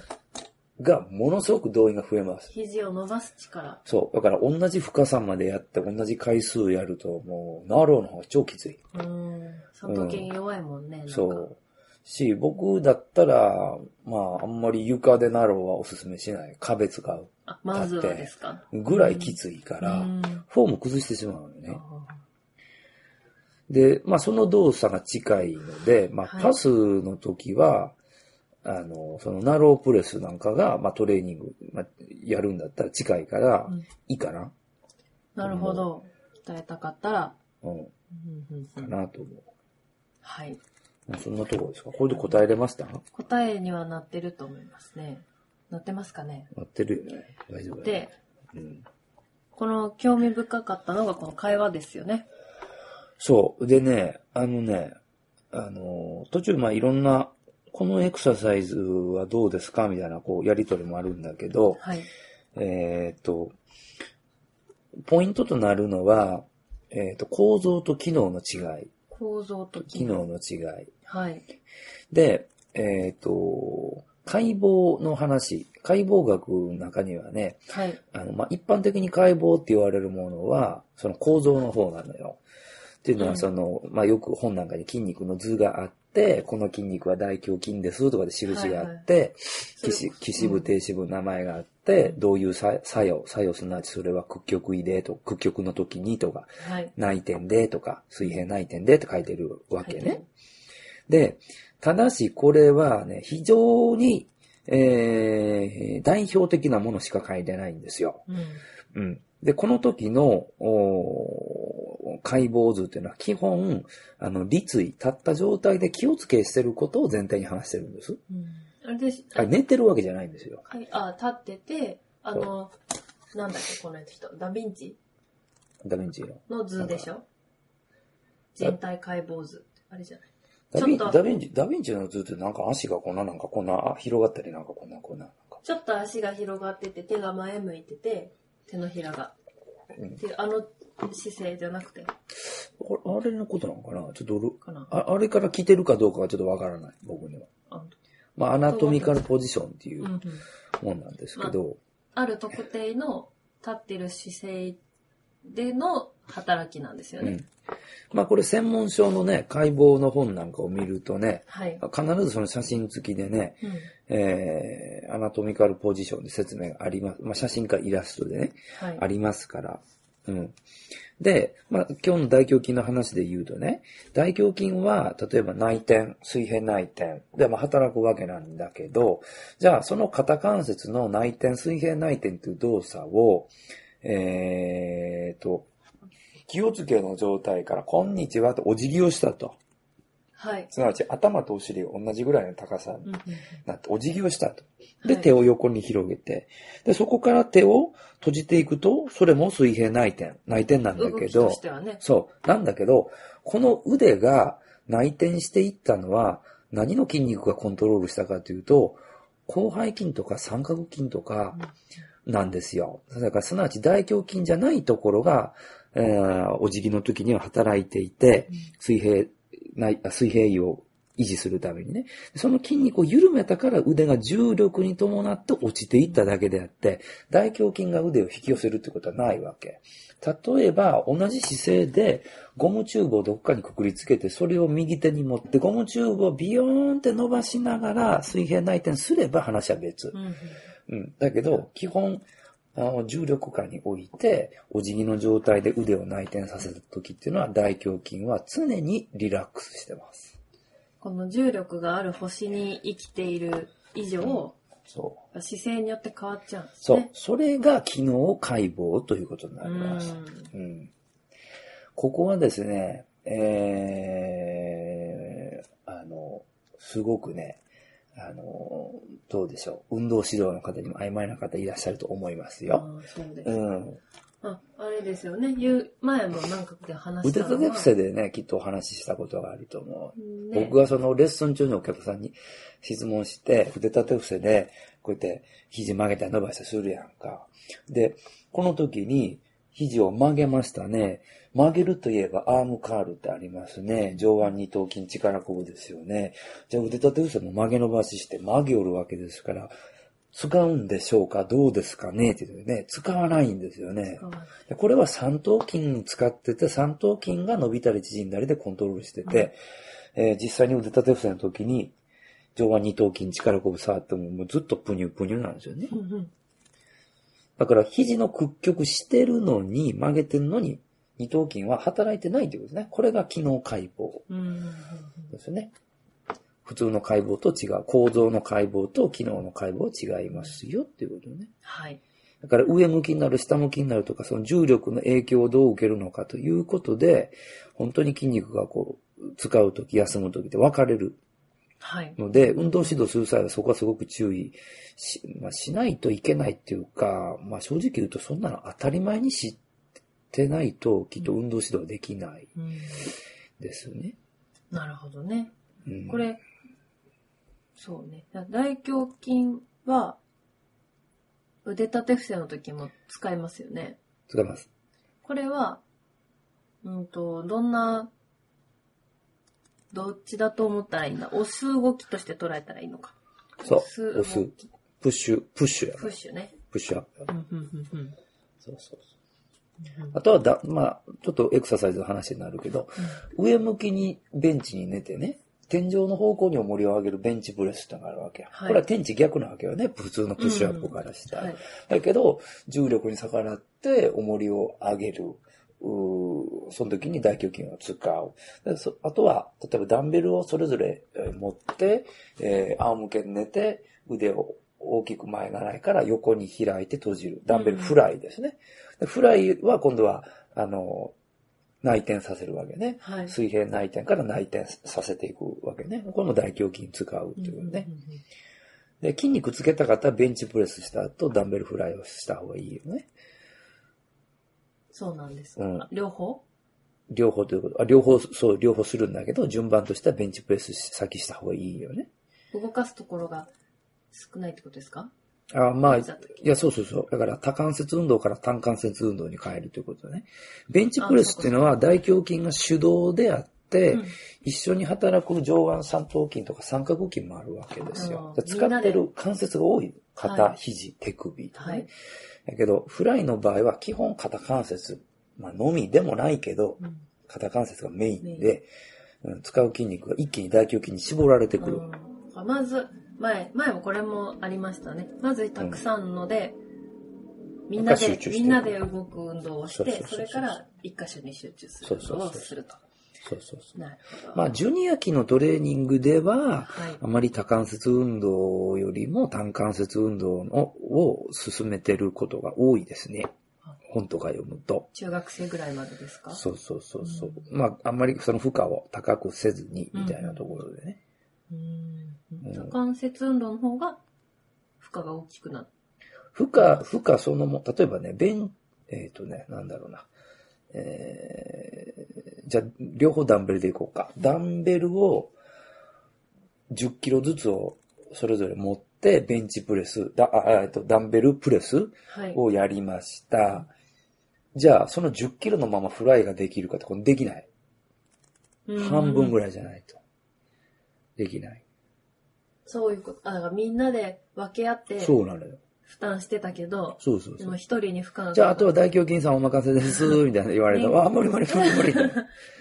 [SPEAKER 2] がものすごく動員が増えます。
[SPEAKER 1] 肘を伸ばす力。
[SPEAKER 2] そう。だから同じ深さまでやって同じ回数やると、もう、ナローの方が超きつい。
[SPEAKER 1] うん。その時弱いもんね。なんか
[SPEAKER 2] そう。し、僕だったら、まあ、あんまり床でナローはおすすめしない。壁使う
[SPEAKER 1] あ、まずはですか。
[SPEAKER 2] ぐらいきついか
[SPEAKER 1] う
[SPEAKER 2] ら、
[SPEAKER 1] ん。
[SPEAKER 2] フォーム崩してしまうのよね。
[SPEAKER 1] あ
[SPEAKER 2] で、まあ、その動作が近いので、ま
[SPEAKER 1] は
[SPEAKER 2] あ、
[SPEAKER 1] い
[SPEAKER 2] パスの時は、あの、そのナロープレスなんかが、まあ、トレーニング、まあ、やるんだったら近いから
[SPEAKER 1] うん、
[SPEAKER 2] いいかな。
[SPEAKER 1] ーなるほど。鍛えたかったら。
[SPEAKER 2] うん、
[SPEAKER 1] うんうんう
[SPEAKER 2] か
[SPEAKER 1] ん
[SPEAKER 2] なと思う。
[SPEAKER 1] はい。
[SPEAKER 2] まあそんなところですか。これで答えれました
[SPEAKER 1] 答えにはなってると思いますね。なってますかね。
[SPEAKER 2] 合ってるよね。大丈夫だね
[SPEAKER 1] で、
[SPEAKER 2] うん
[SPEAKER 1] この興味深かったのがこの会話ですよね。
[SPEAKER 2] そう。でね、あのね、あの、途中、まあ、いろんな、このエクササイズはどうですかみたいな、こう、やりとりもあるんだけど、
[SPEAKER 1] はい。
[SPEAKER 2] えーっと、ポイントとなるのは、えーっと、構造と機能の違い。
[SPEAKER 1] 構造と
[SPEAKER 2] 機
[SPEAKER 1] 機能。
[SPEAKER 2] 能の違い。
[SPEAKER 1] はい。
[SPEAKER 2] で、えーっと、解剖の話。解剖学の中にはね、
[SPEAKER 1] はい。
[SPEAKER 2] あの、まあ、一般的に解剖って言われるものは、その構造の方なのよ。っていうの
[SPEAKER 1] うん
[SPEAKER 2] は、その、まあ、よく本なんかに筋肉の図があって、この筋肉は大胸筋ですとかで印があって、
[SPEAKER 1] それ
[SPEAKER 2] 起死起死部、停止部、名前があって、どういう作作用、作用すなわちそれは屈曲位でと、屈曲の時にとか、
[SPEAKER 1] はい。
[SPEAKER 2] 内転でとか、水平内転でって書いてるわけね。で、ただしこれはね、非常に、えー、代表的なものしか書いてないんですよ。
[SPEAKER 1] はい。
[SPEAKER 2] うん。で、この時の、おー解剖図っていうのは基本、あの、立位、立った状態で気をつけしてることを前提に話してるんです。
[SPEAKER 1] うん。うん。あれです。
[SPEAKER 2] あ寝てるわけじゃないんですよ。
[SPEAKER 1] はい、あ、立ってて、あの、なんだっけ、この人、ダヴィンチ
[SPEAKER 2] ダヴィンチの。
[SPEAKER 1] の図でしょ人体解剖図。あれじゃない。
[SPEAKER 2] ダヴィン
[SPEAKER 1] ちょっと
[SPEAKER 2] ダヴィンチ、ダヴィンチの図ってなんか足がこんななんかこんな、あ広がったりなんかこんなこんななんか。
[SPEAKER 1] ちょっと足が広がってて、手が前向いてて、手のひらが。
[SPEAKER 2] うん
[SPEAKER 1] っていう、あの姿勢じゃなくて、
[SPEAKER 2] ああれのことなのかなちょっと俺
[SPEAKER 1] かな。
[SPEAKER 2] あ、あれから来てるかどうかはちょっとわからない、僕には。
[SPEAKER 1] あ
[SPEAKER 2] まあ、アナトミカルポジションってい
[SPEAKER 1] うん
[SPEAKER 2] う
[SPEAKER 1] うん
[SPEAKER 2] もんなんですけど、
[SPEAKER 1] ある特定の立ってる姿勢での働きなんですよ
[SPEAKER 2] う
[SPEAKER 1] ね。
[SPEAKER 2] ん。まあ、これ専門書のね、解剖の本なんかを見るとね、
[SPEAKER 1] はい。
[SPEAKER 2] 必ずその写真付きでね、
[SPEAKER 1] うん
[SPEAKER 2] えー、アナトミカルポジションで説明があります。まあ、写真かイラストでね、
[SPEAKER 1] はい。
[SPEAKER 2] ありますから、うん。で、まあ、今日の大胸筋の話で言うとね、大胸筋は、例えば内転、水平内転で、まあ、働くわけなんだけど、じゃあ、その肩関節の内転、水平内転という動作を、えーと、気をつけの状態から、こんにちはとお辞儀をしたと。
[SPEAKER 1] はい。
[SPEAKER 2] すなわち、頭とお尻を同じぐらいの高さに
[SPEAKER 1] うんうんうん
[SPEAKER 2] なって、お辞儀をしたと。で、
[SPEAKER 1] はい
[SPEAKER 2] 手を横に広げて、で、そこから手を閉じていくと、それも水平内転、内転なんだ
[SPEAKER 1] 動
[SPEAKER 2] け
[SPEAKER 1] きと
[SPEAKER 2] ど
[SPEAKER 1] し、てはね。
[SPEAKER 2] そう、なんだけど、この腕が内転していったのは、何の筋肉がコントロールしたかというと、広背筋とか三角筋とかなんですよ。だから、すなわち大胸筋じゃないところが、えーお辞儀の時には働いていて、水平、ない、あ水平位を維持するためにね。その筋肉を緩めたから腕が重力に伴って落ちていっただけであって、大胸筋が腕を引き寄せるってことはないわけ。例えば、同じ姿勢でゴムチューブをどっかにくくりつけて、それを右手に持って、ゴムチューブをビヨーンって伸ばしながら水平内転すれば話は別。
[SPEAKER 1] うんうん
[SPEAKER 2] うん。だけど、基本、あの、重力下に置いて、お辞儀の状態で腕を内転させた時っていうのは、大胸筋は常にリラックスしてます。
[SPEAKER 1] この重力がある星に生きている以上、
[SPEAKER 2] そう。
[SPEAKER 1] 姿勢によって変わっちゃうんです
[SPEAKER 2] そう。
[SPEAKER 1] ね。
[SPEAKER 2] それが機能解剖ということになります。うん。ここはですね、えー、あの、すごくね、あの、どうでしょう。運動指導の方にも曖昧な方いらっしゃると思います
[SPEAKER 1] うん。あ
[SPEAKER 2] よ。
[SPEAKER 1] ーそうです。
[SPEAKER 2] うん。
[SPEAKER 1] あ、あれですよね。言う前もなんかで話し
[SPEAKER 2] 腕
[SPEAKER 1] たの
[SPEAKER 2] 立
[SPEAKER 1] は。
[SPEAKER 2] て伏せでね、きっとお話ししたことがあると思う。
[SPEAKER 1] ね
[SPEAKER 2] 僕がそのレッスン中にお客さんに質問して、腕立て伏せで、こうやって肘曲げたり伸ばしたりするやんか。で、この時に、肘を曲げましたね。曲げるといえばアームカールってありますね。上腕二頭筋力こぶですよね。じゃあ腕立て伏せも曲げ伸ばしして曲げおるわけですから、使うんでしょうかどうですかねって言うとね、使わないんですよね。
[SPEAKER 1] 使わない
[SPEAKER 2] でこれは三頭筋に使ってて、三頭筋が伸びたり縮んだりでコントロールしてて、えー実際に腕立て伏せの時に、上腕二頭筋力こぶ触ってももうずっとプニュプニュなんですよね。
[SPEAKER 1] うんうん
[SPEAKER 2] だから肘の屈曲してるのに、曲げてるのに、二頭筋は働いてないということですね。これが機能解剖
[SPEAKER 1] うんうん
[SPEAKER 2] ですよね。普通の解剖と違う。構造の解剖と機能の解剖は違いますよっていうことね。
[SPEAKER 1] はい。
[SPEAKER 2] だから上向きになる、下向きになるとか、その重力の影響をどう受けるのかということで、本当に筋肉がこう、使うとき、休むときで分かれる
[SPEAKER 1] はい。
[SPEAKER 2] ので、運動指導する際はそこはすごく注意し,、まあ、しないといけないっていうか、まあ正直言うとそんなの当たり前に知ってないと、きっと運動指導できない
[SPEAKER 1] うん
[SPEAKER 2] ですね。
[SPEAKER 1] なるほどね。
[SPEAKER 2] うん
[SPEAKER 1] これ、そうね。だ大胸筋は、腕立て伏せの時も使いますよね。
[SPEAKER 2] 使います。
[SPEAKER 1] これは、うんと、どんな、どっちだと思ったらいいんだ。押す動きとして捉えたらいいのか。
[SPEAKER 2] そう
[SPEAKER 1] 押す動き。
[SPEAKER 2] プッシュ、プッシュや
[SPEAKER 1] プ
[SPEAKER 2] な
[SPEAKER 1] ッ。シュね。
[SPEAKER 2] プッシュアップやな。
[SPEAKER 1] うんうんうんうん
[SPEAKER 2] そうそうそう。
[SPEAKER 1] うん
[SPEAKER 2] あとはだ、まあ、ちょっとエクササイズの話になるけど、上向きにベンチに寝てね、天井の方向に重りを上げるベンチプレスってのがあるわけや。
[SPEAKER 1] はい
[SPEAKER 2] これは天地逆なわけよね、普通のプッシュアップからしたら。
[SPEAKER 1] はい。
[SPEAKER 2] だけど、重力に逆らって重りを上げる。うーその時に大胸筋を使う。でそあとは、例えばダンベルをそれぞれえー持って、えー仰向けに寝て、腕を大きく前がないから横に開いて閉じる。ダンベルフライですね。でフライは今度は、あの、内転させるわけね。
[SPEAKER 1] はい。
[SPEAKER 2] 水平内転から内転させていくわけね。これも大胸筋使うっていうね。
[SPEAKER 1] うんうんうんうん
[SPEAKER 2] で、筋肉つけた方はベンチプレスした後、ダンベルフライをした方がいいよね。
[SPEAKER 1] そうなんです
[SPEAKER 2] う。ん。
[SPEAKER 1] 両方
[SPEAKER 2] 両方ということ。あ、両方、そう、両方するんだけど、順番としてはベンチプレス先した方がいいよね。
[SPEAKER 1] 動かすところが少ないってことですか
[SPEAKER 2] あ、まあ、
[SPEAKER 1] い
[SPEAKER 2] いや、そうそうそう。だから、多関節運動から単関節運動に変えるということね。ベンチプレスっていうのは、大胸筋が主導であって、
[SPEAKER 1] うん
[SPEAKER 2] 一緒に働く上腕三頭筋とか三角筋もあるわけですよ。
[SPEAKER 1] あ
[SPEAKER 2] で
[SPEAKER 1] ー
[SPEAKER 2] 使ってる関節が多い。肩、
[SPEAKER 1] はい
[SPEAKER 2] 肘、手首とかね、
[SPEAKER 1] はい
[SPEAKER 2] だけど、フライの場合は基本肩関節、まあ、のみでもないけど、
[SPEAKER 1] うん
[SPEAKER 2] 肩関節がメインで、うん使う筋肉が一気に大胸筋に絞られてくる。
[SPEAKER 1] うんまず前前もこれもありましたねまずたくさんので、みんな
[SPEAKER 2] 集
[SPEAKER 1] で
[SPEAKER 2] 中して、
[SPEAKER 1] みんなで動く運動をし
[SPEAKER 2] そう
[SPEAKER 1] て、
[SPEAKER 2] そうそ
[SPEAKER 1] そう
[SPEAKER 2] そ
[SPEAKER 1] れ
[SPEAKER 2] う
[SPEAKER 1] から一箇所に集中す
[SPEAKER 2] そ
[SPEAKER 1] る
[SPEAKER 2] う
[SPEAKER 1] 運
[SPEAKER 2] そう
[SPEAKER 1] 動
[SPEAKER 2] そう
[SPEAKER 1] をすると。
[SPEAKER 2] そうそうそう。
[SPEAKER 1] なるほど。
[SPEAKER 2] まあ、ジュニア期のトレーニングでは、
[SPEAKER 1] はい
[SPEAKER 2] あ。まり多関節運動よりも単関節運動のを進めてることが多いですね
[SPEAKER 1] はい。
[SPEAKER 2] 本とか読むと。
[SPEAKER 1] 中学生ぐらいまでですか
[SPEAKER 2] そうそうそうそう。
[SPEAKER 1] う
[SPEAKER 2] まあ、あんまりその負荷を高くせずに、みたいなところでね。
[SPEAKER 1] うーん
[SPEAKER 2] ん
[SPEAKER 1] 多関節運動の方が負荷が大きくなって。
[SPEAKER 2] 負荷、負荷そのも、例えばね、ベン、えっ、とね、なんだろうな。えー、じゃあ、両方ダンベルでいこうか。ダンベルを10キロずつをそれぞれ持って、ベンチプレス、だああえっとダンベルプレス
[SPEAKER 1] はい。
[SPEAKER 2] をやりました。じゃあ、その10キロのままフライができるかって、これできない。半分ぐ
[SPEAKER 1] い。
[SPEAKER 2] らいじゃないと。できない。
[SPEAKER 1] そういうこと。あ、だからみんなで分け合って
[SPEAKER 2] そうなのよ。
[SPEAKER 1] 負担してたけど、
[SPEAKER 2] そうそう
[SPEAKER 1] で
[SPEAKER 2] そ
[SPEAKER 1] も
[SPEAKER 2] う。
[SPEAKER 1] 一人に負荷が。
[SPEAKER 2] じゃあ、あとは大胸筋さんお任せ です、みたいな言われたら、
[SPEAKER 1] ね
[SPEAKER 2] わあ、無理無理無理無理。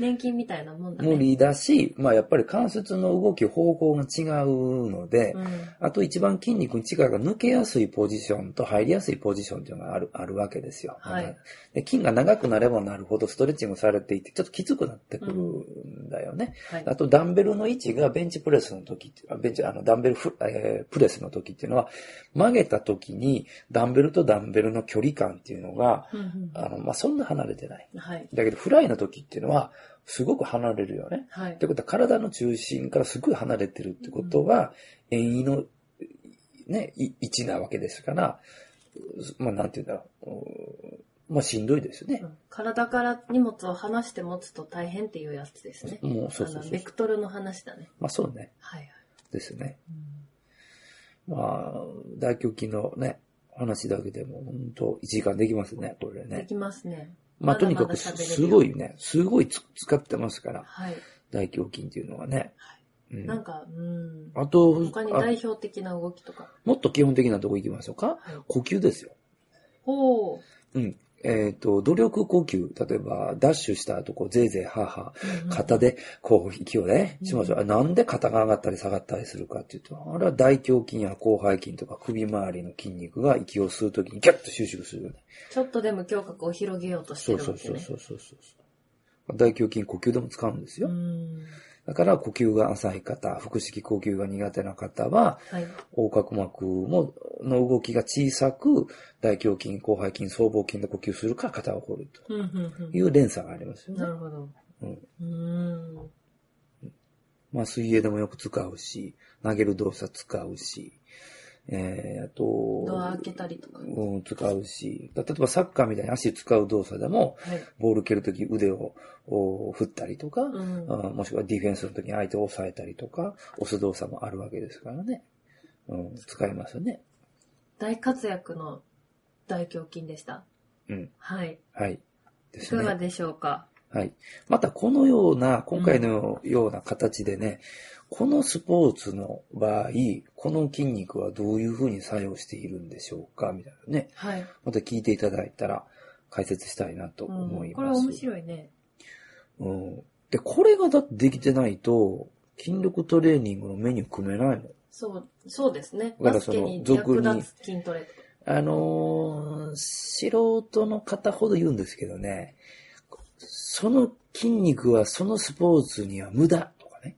[SPEAKER 1] 年金みたいなもんだね。
[SPEAKER 2] 無理だし、まあやっぱり関節の動き方向が違うので、
[SPEAKER 1] うん。
[SPEAKER 2] あと一番筋肉に力が抜けやすいポジションと入りやすいポジションっていうのがある、あるわけですよ。
[SPEAKER 1] はい
[SPEAKER 2] で筋が長くなればなるほどストレッチングされていて、ちょっときつくなってくるんだよね。
[SPEAKER 1] はい。
[SPEAKER 2] あとダンベルの位置がベンチプレスの時って、あベンチ、あの、ダンベルフ、えープレスの時っていうのは、曲げた時にダンベルとダンベルの距離感っていうのが、
[SPEAKER 1] うん
[SPEAKER 2] あの、まあ、そんな離れてない。
[SPEAKER 1] うんはい。
[SPEAKER 2] だけどフライの時っていうのは、すごく離れるよね。
[SPEAKER 1] はい
[SPEAKER 2] っ。てことは体の中心からすごい離れてるってことは、遠位の、ね、い位置なわけですから、まあなんて言うんだろう。まあしんどいですよね
[SPEAKER 1] う。ん体から荷物を離して持つと大変っていうやつですね。
[SPEAKER 2] もうそうそう
[SPEAKER 1] あの
[SPEAKER 2] そ
[SPEAKER 1] ベ
[SPEAKER 2] う。
[SPEAKER 1] クトルの話だね。
[SPEAKER 2] まあそうね。
[SPEAKER 1] はいはい。
[SPEAKER 2] ですね。まあ、大胸筋のね、話だけでも本当1時間できますね、これ
[SPEAKER 1] で
[SPEAKER 2] ね。
[SPEAKER 1] きますね。
[SPEAKER 2] ま
[SPEAKER 1] ま
[SPEAKER 2] あと
[SPEAKER 1] だ
[SPEAKER 2] に
[SPEAKER 1] ま
[SPEAKER 2] か
[SPEAKER 1] だ
[SPEAKER 2] く
[SPEAKER 1] 喋れるよ
[SPEAKER 2] すごいね、すごいつ使ってますから、
[SPEAKER 1] はい。
[SPEAKER 2] 大胸筋っていうのはね。う
[SPEAKER 1] なん
[SPEAKER 2] ん、
[SPEAKER 1] か、うん。
[SPEAKER 2] あと、
[SPEAKER 1] 他に
[SPEAKER 2] あ
[SPEAKER 1] 代表的な動きとか。
[SPEAKER 2] もっと基本的なとこ行きましょうか。
[SPEAKER 1] はい
[SPEAKER 2] 呼吸ですよ。
[SPEAKER 1] ほう。
[SPEAKER 2] うん。えっ、と、努力呼吸。例えば、ダッシュした後、こう、ぜいぜいはーは
[SPEAKER 1] うんうん
[SPEAKER 2] ー、肩で、こう、息をね、
[SPEAKER 1] うん
[SPEAKER 2] しましょう。あなんで肩が上がったり下がったりするかっていうと、あれは大胸筋や広背筋とか首周りの筋肉が息を吸うときにギュッと収縮するよね。
[SPEAKER 1] ちょっとでも胸郭を広げようとして
[SPEAKER 2] そう
[SPEAKER 1] る
[SPEAKER 2] そ
[SPEAKER 1] わ
[SPEAKER 2] う
[SPEAKER 1] け
[SPEAKER 2] そう
[SPEAKER 1] ね。
[SPEAKER 2] そうそうそう。大胸筋、呼吸でも使うんですよ。
[SPEAKER 1] うん。
[SPEAKER 2] だから、呼吸が浅い方、腹式呼吸が苦手な方は、
[SPEAKER 1] はい。
[SPEAKER 2] 横隔膜も、の動きが小さく、大胸筋、広背筋、僧帽筋で呼吸するか、肩を掘る
[SPEAKER 1] うんうん
[SPEAKER 2] という連鎖があります
[SPEAKER 1] う
[SPEAKER 2] よ
[SPEAKER 1] ん。
[SPEAKER 2] ね
[SPEAKER 1] な。るほど。
[SPEAKER 2] うん
[SPEAKER 1] うん。
[SPEAKER 2] まあ、水泳でもよく使うし、投げる動作使うし、えー、あと、
[SPEAKER 1] ドア開けたりとか。は
[SPEAKER 2] うん、使うし、例えばサッカーみたいに足使う動作でも、
[SPEAKER 1] い。
[SPEAKER 2] ボール蹴るとき腕をお振ったりとか、
[SPEAKER 1] うん。
[SPEAKER 2] あもしくはディフェンスのときに相手を抑えたりとか、押す動作もあるわけですからね。うん、使いますよね。
[SPEAKER 1] 大活躍の大胸筋でした。
[SPEAKER 2] うん。
[SPEAKER 1] はい。
[SPEAKER 2] はい。で
[SPEAKER 1] い
[SPEAKER 2] す
[SPEAKER 1] かが
[SPEAKER 2] ね。
[SPEAKER 1] でしょうか
[SPEAKER 2] はい。またこのような、今回のような形でね、このスポーツの場合、この筋肉はどういうふうに作用しているんでしょうかみたいなね。
[SPEAKER 1] はい。
[SPEAKER 2] また聞いていただいたら解説したいなと思
[SPEAKER 1] うん
[SPEAKER 2] い
[SPEAKER 1] これ
[SPEAKER 2] ます。
[SPEAKER 1] 面白いね。
[SPEAKER 2] うん。で、これがだってできてないと、筋力トレーニングのメニュー組めないの。
[SPEAKER 1] そう、そうですね。
[SPEAKER 2] だか
[SPEAKER 1] バ
[SPEAKER 2] ら
[SPEAKER 1] スケに
[SPEAKER 2] その俗
[SPEAKER 1] 役
[SPEAKER 2] に
[SPEAKER 1] 立つ筋トレ。
[SPEAKER 2] あのー素人の方ほど言うんですけどね、その筋肉はそのスポーツには無駄とかね。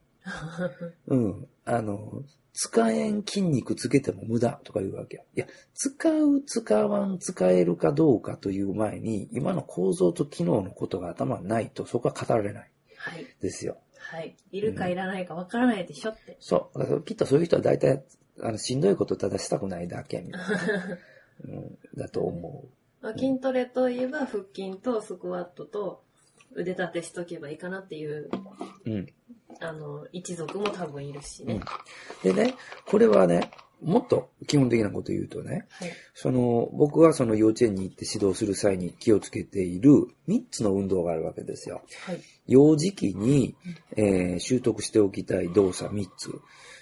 [SPEAKER 2] うん。あの、使えん筋肉つけても無駄とか言うわけや。いや、使う、使わん、使えるかどうかという前に、今の構造と機能のことが頭にないと、そこは語られない
[SPEAKER 1] はい。
[SPEAKER 2] ですよ。
[SPEAKER 1] はい。いるかいらないかわからないでしょって。
[SPEAKER 2] そう。だからきっとそういう人は大体、あの、しんどいことをただしたくないだけ、みたいな、うん、だと思
[SPEAKER 1] まあ筋トレといえば腹筋とスクワットと腕立てしとけばいいかなっていう、
[SPEAKER 2] う。うん。
[SPEAKER 1] あの、一族も多分いるしね。
[SPEAKER 2] うんでね、これはね、もっと基本的なことを言うとね、
[SPEAKER 1] はい。
[SPEAKER 2] その、僕はその幼稚園に行って指導する際に気をつけている3つの運動があるわけですよ。
[SPEAKER 1] はい。
[SPEAKER 2] 幼児期に、えー習得しておきたい動作3つ。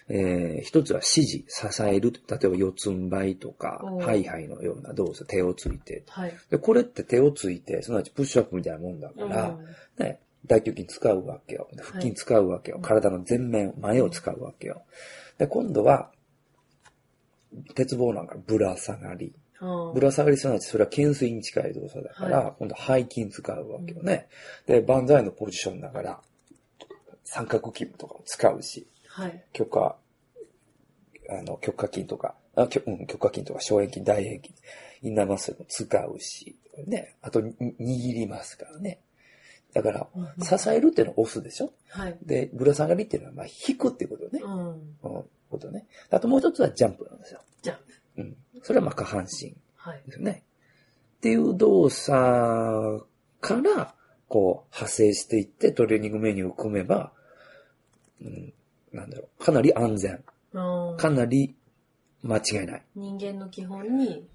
[SPEAKER 2] えー一つは指示、支える。例えば四つん這いとか
[SPEAKER 1] お、ー
[SPEAKER 2] ハイハイのような動作、手をついて。
[SPEAKER 1] はい。
[SPEAKER 2] で、これって手をついて、すなわちプッシュアップみたいなもんだか
[SPEAKER 1] うん
[SPEAKER 2] ら、ね、大胸筋使うわけよ。腹筋使うわけよ。
[SPEAKER 1] はい
[SPEAKER 2] 体の前面、前を使うわけよ。で、今度は、鉄棒なんかぶら下がり。
[SPEAKER 1] うん
[SPEAKER 2] ぶら下がりすなわちそれは懸垂に近い動作だから、
[SPEAKER 1] は
[SPEAKER 2] 今度は背筋使うわけよね。で、万歳のポジションだから、三角筋とかも使うし、
[SPEAKER 1] はい。
[SPEAKER 2] 許可、あの、許可筋とか、あきょうん、許可筋とか、小円筋、大円筋、インナーマッスルも使うし、ね。あと、に握りますからね。だから、支えるっていうのは押すでしょ
[SPEAKER 1] はい。
[SPEAKER 2] で、ぶら下がりっていうのは、まあ、引くっていうことよね。
[SPEAKER 1] うん。
[SPEAKER 2] うん、ことね。あともう一つはジャンプなんですよ。
[SPEAKER 1] ジャンプ。
[SPEAKER 2] うん。それはまあ下半身
[SPEAKER 1] はい。
[SPEAKER 2] ですよね。っていう動作から、こう、派生していってトレーニングメニューを組めば、うん、なんだろう、かなり安全。
[SPEAKER 1] うん
[SPEAKER 2] かなり間違いない。
[SPEAKER 1] 人間の基本に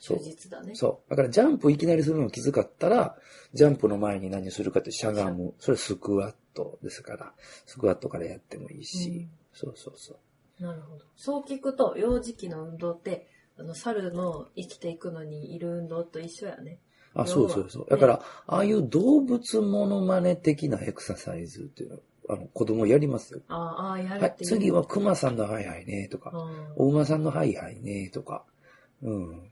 [SPEAKER 1] 忠実だね。
[SPEAKER 2] そう。だからジャンプいきなりするの気づかったら、ジャンプの前に何をするかってしゃがむ。それスクワットですから、スクワットからやってもいいし。
[SPEAKER 1] うん
[SPEAKER 2] そうそうそう。
[SPEAKER 1] なるほど。そう聞くと、幼児期の運動って、あの、猿の生きていくのにいる運動と一緒やね。
[SPEAKER 2] あ、
[SPEAKER 1] 要は
[SPEAKER 2] そうそうそう。だから、ああいう動物モノマネ的なエクササイズっていうのは、あの、子供やりますよ。
[SPEAKER 1] ああ、ああ、やる
[SPEAKER 2] は
[SPEAKER 1] っ
[SPEAKER 2] い、
[SPEAKER 1] ていう。
[SPEAKER 2] 次は熊さんのハイハイねとか、
[SPEAKER 1] う
[SPEAKER 2] お馬さんのハイハイねとか、うん、
[SPEAKER 1] ん。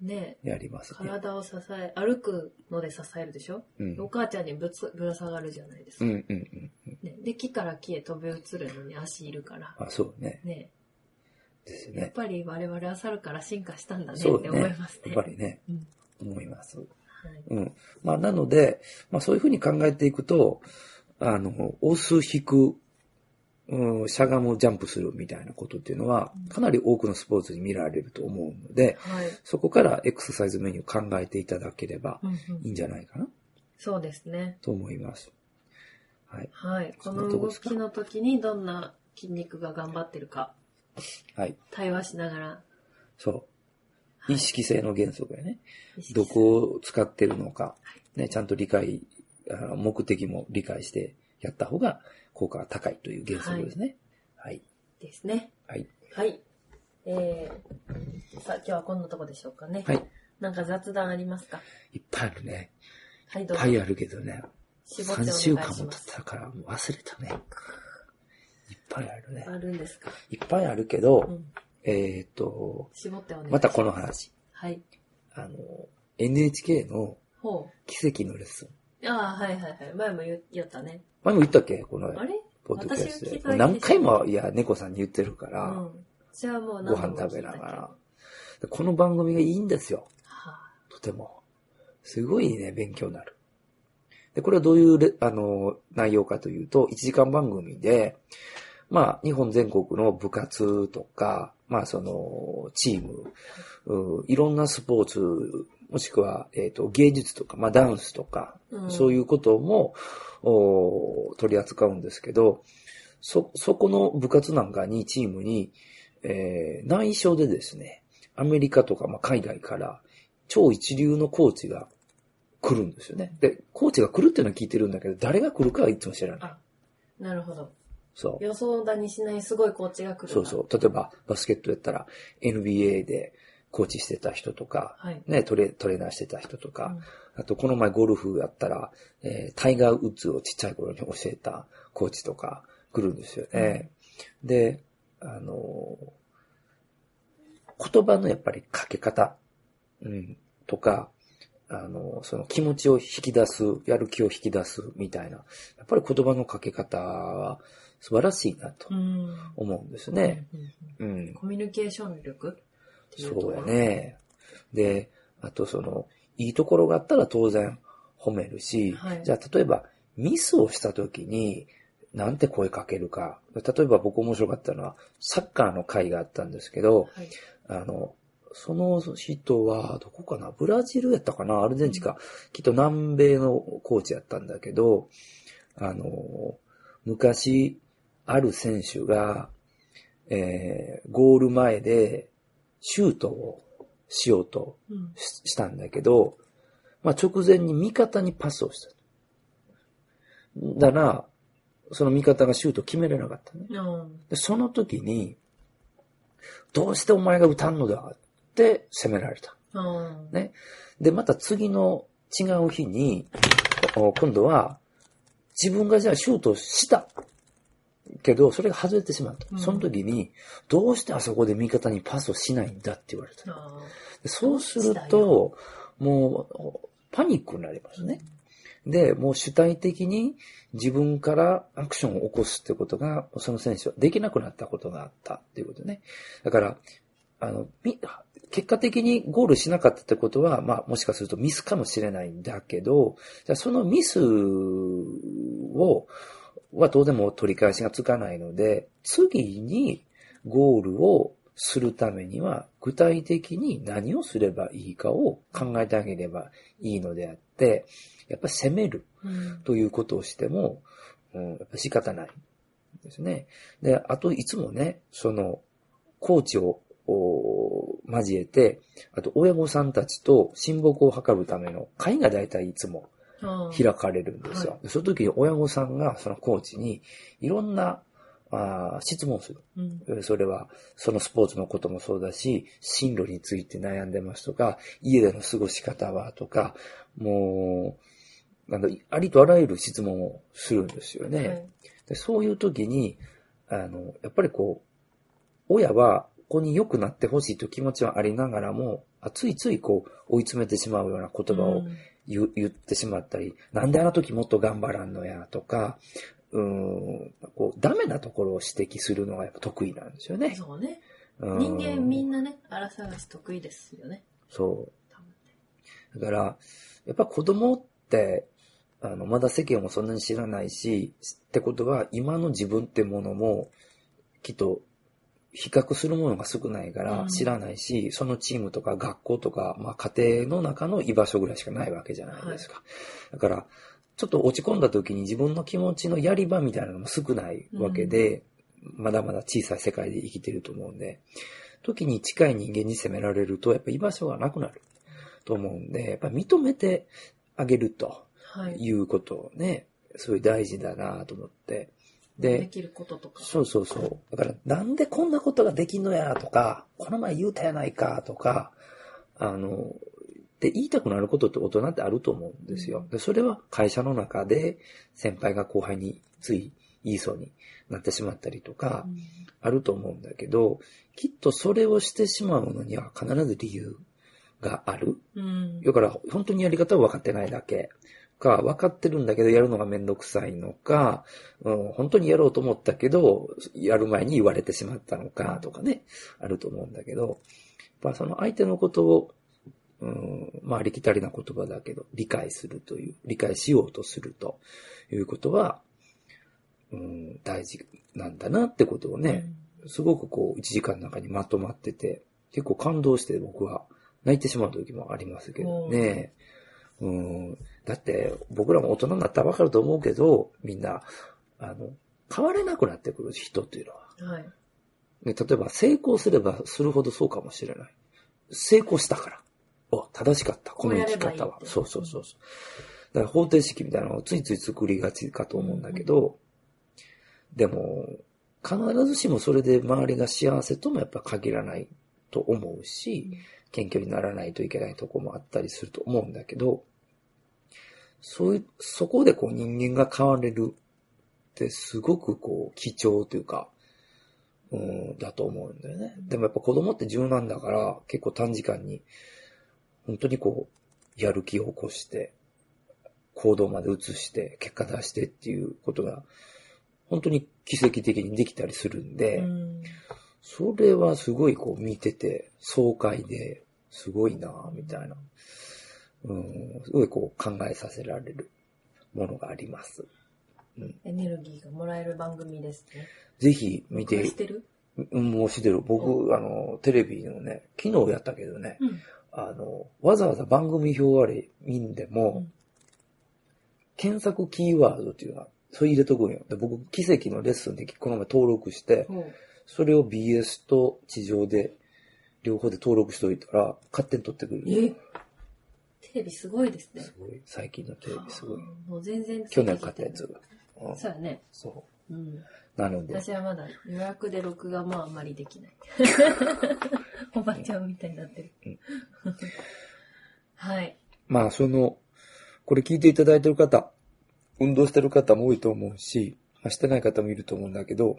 [SPEAKER 1] ねえ
[SPEAKER 2] やりますね。
[SPEAKER 1] 体を支え、歩くので支えるでしょ
[SPEAKER 2] うん。
[SPEAKER 1] お母ちゃんにぶつ、ぶら下がるじゃないです
[SPEAKER 2] う
[SPEAKER 1] か。
[SPEAKER 2] んうんうん。
[SPEAKER 1] ね、で、木から木へ飛び移るのに足いるから。
[SPEAKER 2] あ、そうね。
[SPEAKER 1] ね
[SPEAKER 2] です
[SPEAKER 1] えやっ
[SPEAKER 2] ね。
[SPEAKER 1] ぱり我々は猿から進化したんだね
[SPEAKER 2] そう
[SPEAKER 1] って
[SPEAKER 2] ね
[SPEAKER 1] 思います
[SPEAKER 2] や
[SPEAKER 1] ね。
[SPEAKER 2] っぱりね、
[SPEAKER 1] うん
[SPEAKER 2] 思います。
[SPEAKER 1] はい
[SPEAKER 2] うん。まあ、なので、まあ、そういうふうに考えていくと、あの、押す、引く、うん、しゃがむ、ジャンプするみたいなことっていうのは、かなり多くのスポーツに見られると思うので、
[SPEAKER 1] はい。
[SPEAKER 2] そこからエクササイズメニュー考えていただければ
[SPEAKER 1] うんうん
[SPEAKER 2] いいんじゃないかな
[SPEAKER 1] そうですね。
[SPEAKER 2] と思います。はい。
[SPEAKER 1] はい。この動きの時にどんな筋肉が頑張ってるか、
[SPEAKER 2] はい。
[SPEAKER 1] 対話しながら
[SPEAKER 2] そう。意識性の原則やね。
[SPEAKER 1] 意識する
[SPEAKER 2] どこを使ってるのか、ね、ちゃんと理解、あ目的も理解してやった方が効果が高いという原則ですね。はい。
[SPEAKER 1] ですね。
[SPEAKER 2] はい。
[SPEAKER 1] はい。えー、さあ、今日はこんなとこでしょうかね。
[SPEAKER 2] はい。
[SPEAKER 1] なんか雑談ありますか
[SPEAKER 2] いっぱいあるね。
[SPEAKER 1] はい、
[SPEAKER 2] い
[SPEAKER 1] ど
[SPEAKER 2] っ
[SPEAKER 1] うぞ。
[SPEAKER 2] ぱいあるけどね。
[SPEAKER 1] 絞ってお
[SPEAKER 2] 3
[SPEAKER 1] 願い
[SPEAKER 2] 週
[SPEAKER 1] しま
[SPEAKER 2] 間も経っ
[SPEAKER 1] す。
[SPEAKER 2] たからもう忘れたね。いっぱいあるね。
[SPEAKER 1] あるんですか
[SPEAKER 2] いっぱいあるけ
[SPEAKER 1] う
[SPEAKER 2] ど、
[SPEAKER 1] ん。
[SPEAKER 2] えっと、
[SPEAKER 1] 絞ってお願いします。
[SPEAKER 2] またこの話。
[SPEAKER 1] はい。
[SPEAKER 2] あの、NHK の
[SPEAKER 1] ほ
[SPEAKER 2] 奇跡のレッスン。
[SPEAKER 1] う。ああ、はいはいはい。前も言言ったね。
[SPEAKER 2] 前も言ったっけこの
[SPEAKER 1] あれ
[SPEAKER 2] ポッドキャ
[SPEAKER 1] 私
[SPEAKER 2] ス
[SPEAKER 1] が聞い
[SPEAKER 2] ト
[SPEAKER 1] ただけ
[SPEAKER 2] で。何回も、いや、猫さんに言ってるか
[SPEAKER 1] う
[SPEAKER 2] ら、
[SPEAKER 1] ん。じゃあもう
[SPEAKER 2] ご飯食べながら。でこの番組がいいんですよ。
[SPEAKER 1] は
[SPEAKER 2] とても。すごいね、勉強になる。で、これはどういうレ、あの、内容かというと、1時間番組で、まあ、日本全国の部活とか、まあ、その、チーム、うんいろんなスポーツ、もしくは、えっ、と、芸術とか、まあ、ダンスとか、
[SPEAKER 1] うん
[SPEAKER 2] そういうことも、お取り扱うんですけど、そ、そこの部活なんかに、チームに、えー内緒でですね、アメリカとか、まあ、海外から、超一流のコーチが来るんですよね。で、コーチが来るっていうのは聞いてるんだけど、誰が来るかはいつも知らない。
[SPEAKER 1] なるほど。
[SPEAKER 2] そう。
[SPEAKER 1] 予想だにしないすごいコーチが来る
[SPEAKER 2] そう
[SPEAKER 1] う。
[SPEAKER 2] そう。例えば、バスケットやったら、NBA でコーチしてた人とか、
[SPEAKER 1] はい。
[SPEAKER 2] ね、トレ、トレーナーしてた人とか、
[SPEAKER 1] うん
[SPEAKER 2] あと、この前ゴルフやったら、えータイガー・ウッズをちっちゃい頃に教えたコーチとか来るんですよね。で、あのー言葉のやっぱりかけ方、うん、とか、あのーその気持ちを引き出す、やる気を引き出すみたいな、やっぱり言葉のかけ方は素晴らしいなと
[SPEAKER 1] うん。
[SPEAKER 2] 思うんですね。
[SPEAKER 1] うんうん
[SPEAKER 2] うん
[SPEAKER 1] コミュニケーション力っていとこ
[SPEAKER 2] そう
[SPEAKER 1] ろ
[SPEAKER 2] や。ね。で、あとその、いいところがあったら当然褒めるし、
[SPEAKER 1] はい
[SPEAKER 2] じゃあ例えばミスをした時に、なんて声かけるか。例えば僕面白かったのは、サッカーの会があったんですけど、
[SPEAKER 1] はい。
[SPEAKER 2] あの、その人は、どこかなブラジルやったかなアルゼンチンか。きっと南米のコーチやったんだけど、あの、昔、ある選手が、えー、ゴール前でシュートをしようと
[SPEAKER 1] うん。
[SPEAKER 2] ししたんだけど、まあ、直前に味方にパスをした。だから、その味方がシュートを決めれなかったね。
[SPEAKER 1] うん。
[SPEAKER 2] で、その時に、どうしてお前が歌うのだって責められた。
[SPEAKER 1] うん。
[SPEAKER 2] ね。で、また次の違う日に、お今度は、自分がじゃあシュートした。けど、それが外れてしまった
[SPEAKER 1] う。ん
[SPEAKER 2] その時に、どうしてあそこで味方にパスをしないんだって言われた。
[SPEAKER 1] あ
[SPEAKER 2] そうすると、もう、パニックになりますね。で、もう主体的に自分からアクションを起こすってことが、その選手はできなくなったことがあったっていうことね。だから、あの、み結果的にゴールしなかったってことは、まあもしかするとミスかもしれないんだけど、じゃあそのミスを、はどうでも取り返しがつかないので、次にゴールをするためには、具体的に何をすればいいかを考えてあげればいいのであって、やっぱり攻める
[SPEAKER 1] うん
[SPEAKER 2] ということをしても、うん、やっぱ仕方ないですね。で、あといつもね、その、コーチをお交えて、あと親御さんたちと親睦を図るための会が大体いつも
[SPEAKER 1] あー
[SPEAKER 2] 開かれるんですよ。その時に親御さんがそのコーチにいろんなあー質問をする。
[SPEAKER 1] うん
[SPEAKER 2] えーそれは、そのスポーツのこともそうだし、進路について悩んでますとか、家での過ごし方はとか、もう、なんだありとあらゆる質問をするんですよね。
[SPEAKER 1] はい
[SPEAKER 2] でそういう時に、あの、やっぱりこう、親は、ここに良くなってほしいという気持ちはありながらも、あついついこう、追い詰めてしまうような言葉を
[SPEAKER 1] うん
[SPEAKER 2] 言う言ってしまったり、なんであの時もっと頑張らんのやとか、うーん、こう、ダメなところを指摘するのがやっぱ得意なんですよね。
[SPEAKER 1] そうね。
[SPEAKER 2] 人
[SPEAKER 1] 人間み
[SPEAKER 2] な。
[SPEAKER 1] んなね、荒探し得意ですよね。
[SPEAKER 2] そ
[SPEAKER 1] 多分ね
[SPEAKER 2] う。だから、やっぱ子供って、あの、まだ世間もそんなに知らないし、ってことは今の自分ってものも、きっと、比較するものが少ないか
[SPEAKER 1] う
[SPEAKER 2] ら
[SPEAKER 1] ん
[SPEAKER 2] 知らないし、そのチームとか学校とか、まあ家庭の中の居場所ぐらいしかないわけじゃないですか。だから、ちょっと落ち込んだ時に自分の気持ちのやり場みたいなのも少ないわけで、まだまだ小さい世界で生きてると思うんで、時に近い人間に責められると、やっぱ居場所がなくなると思うんで、やっぱ認めてあげると
[SPEAKER 1] はい。
[SPEAKER 2] いうことをね、すごい大事だなと思って。で
[SPEAKER 1] できることとか。
[SPEAKER 2] そうそうそう。だから、なんでこんなことができんのやとか、この前言うたやないかとか、あの、って言いたくなることって大人ってあると思うんですよ。でそれは会社の中で先輩が後輩につい言いそうになってしまったりとか
[SPEAKER 1] う、ん
[SPEAKER 2] あると思うんだけど、きっとそれをしてしまうのには必ず理由がある。
[SPEAKER 1] うん。
[SPEAKER 2] だから、本当にやり方は分かってないだけ。か、分かってるんだけど、やるのがめんどくさいのか、うん、本当にやろうと思ったけど、やる前に言われてしまったのか、とかね、あると思うんだけど、やっぱその相手のことを、うん、まあ、ありきたりな言葉だけど、理解するという、理解しようとするということは、うん、大事なんだなってことをね、すごくこう、1時間の中にまとまってて、結構感動して僕は泣いてしまう時もありますけどね。うん。だって、僕らも大人になったらわかると思うけど、みんな、あの、変われなくなってくる人っていうのは。
[SPEAKER 1] うん。はい。
[SPEAKER 2] ね、例えば成功すればするほどそうかもしれない。成功したから。お、正しかった。この生き
[SPEAKER 1] こうやれば
[SPEAKER 2] 方
[SPEAKER 1] いいっ
[SPEAKER 2] は。
[SPEAKER 1] て
[SPEAKER 2] そうそうそうそう。だから方程式みたいなのをついつい作りがちかと思うんだけど、でも、必ずしもそれで周りが幸せともやっぱ限らないと思うし、謙虚にならないといけないとこもあったりすると思うんだけど、そういう、そこでこう人間が変われるってすごくこう貴重というか、うん、だと思うんだよね。でもやっぱ子供って柔軟だから結構短時間に本当にこうやる気を起こして行動まで移して結果出してっていうことが本当に奇跡的にできたりするんで、
[SPEAKER 1] うん
[SPEAKER 2] それはすごいこう見てて爽快で、すごいなぁ、みたいな。うん、すごいこう考えさせられるものがあります。
[SPEAKER 1] エネルギーがもらえる番組ですね。
[SPEAKER 2] ぜひ見
[SPEAKER 1] 録画
[SPEAKER 2] て
[SPEAKER 1] し、てる
[SPEAKER 2] うんもうしてる。僕、あの、テレビのね、昨日やったけどね、
[SPEAKER 1] うん。
[SPEAKER 2] あの、わざわざ番組表あれ見んでも、
[SPEAKER 1] うん
[SPEAKER 2] 検索キーワードっていうのは、それ入れとくんよ。で僕、奇跡のレッスンでこの前登録して、
[SPEAKER 1] ほう
[SPEAKER 2] それを BS と地上で、両方で登録しといたら、勝手に取ってくる。
[SPEAKER 1] えテレビすごいですね。
[SPEAKER 2] すごい。最近のテレビすごい。
[SPEAKER 1] もう全然
[SPEAKER 2] 去年買ったやつが。うん
[SPEAKER 1] そうやね。
[SPEAKER 2] そ
[SPEAKER 1] うん。
[SPEAKER 2] う。なので、
[SPEAKER 1] 私はまだ予約で録画もあんまりで きない。おばちゃんみたいになってる
[SPEAKER 2] うん。
[SPEAKER 1] はい。
[SPEAKER 2] まあその、これ聞いていただいてる方、運動してる方も多いと思うし、まあ、してない方もいると思うんだけど、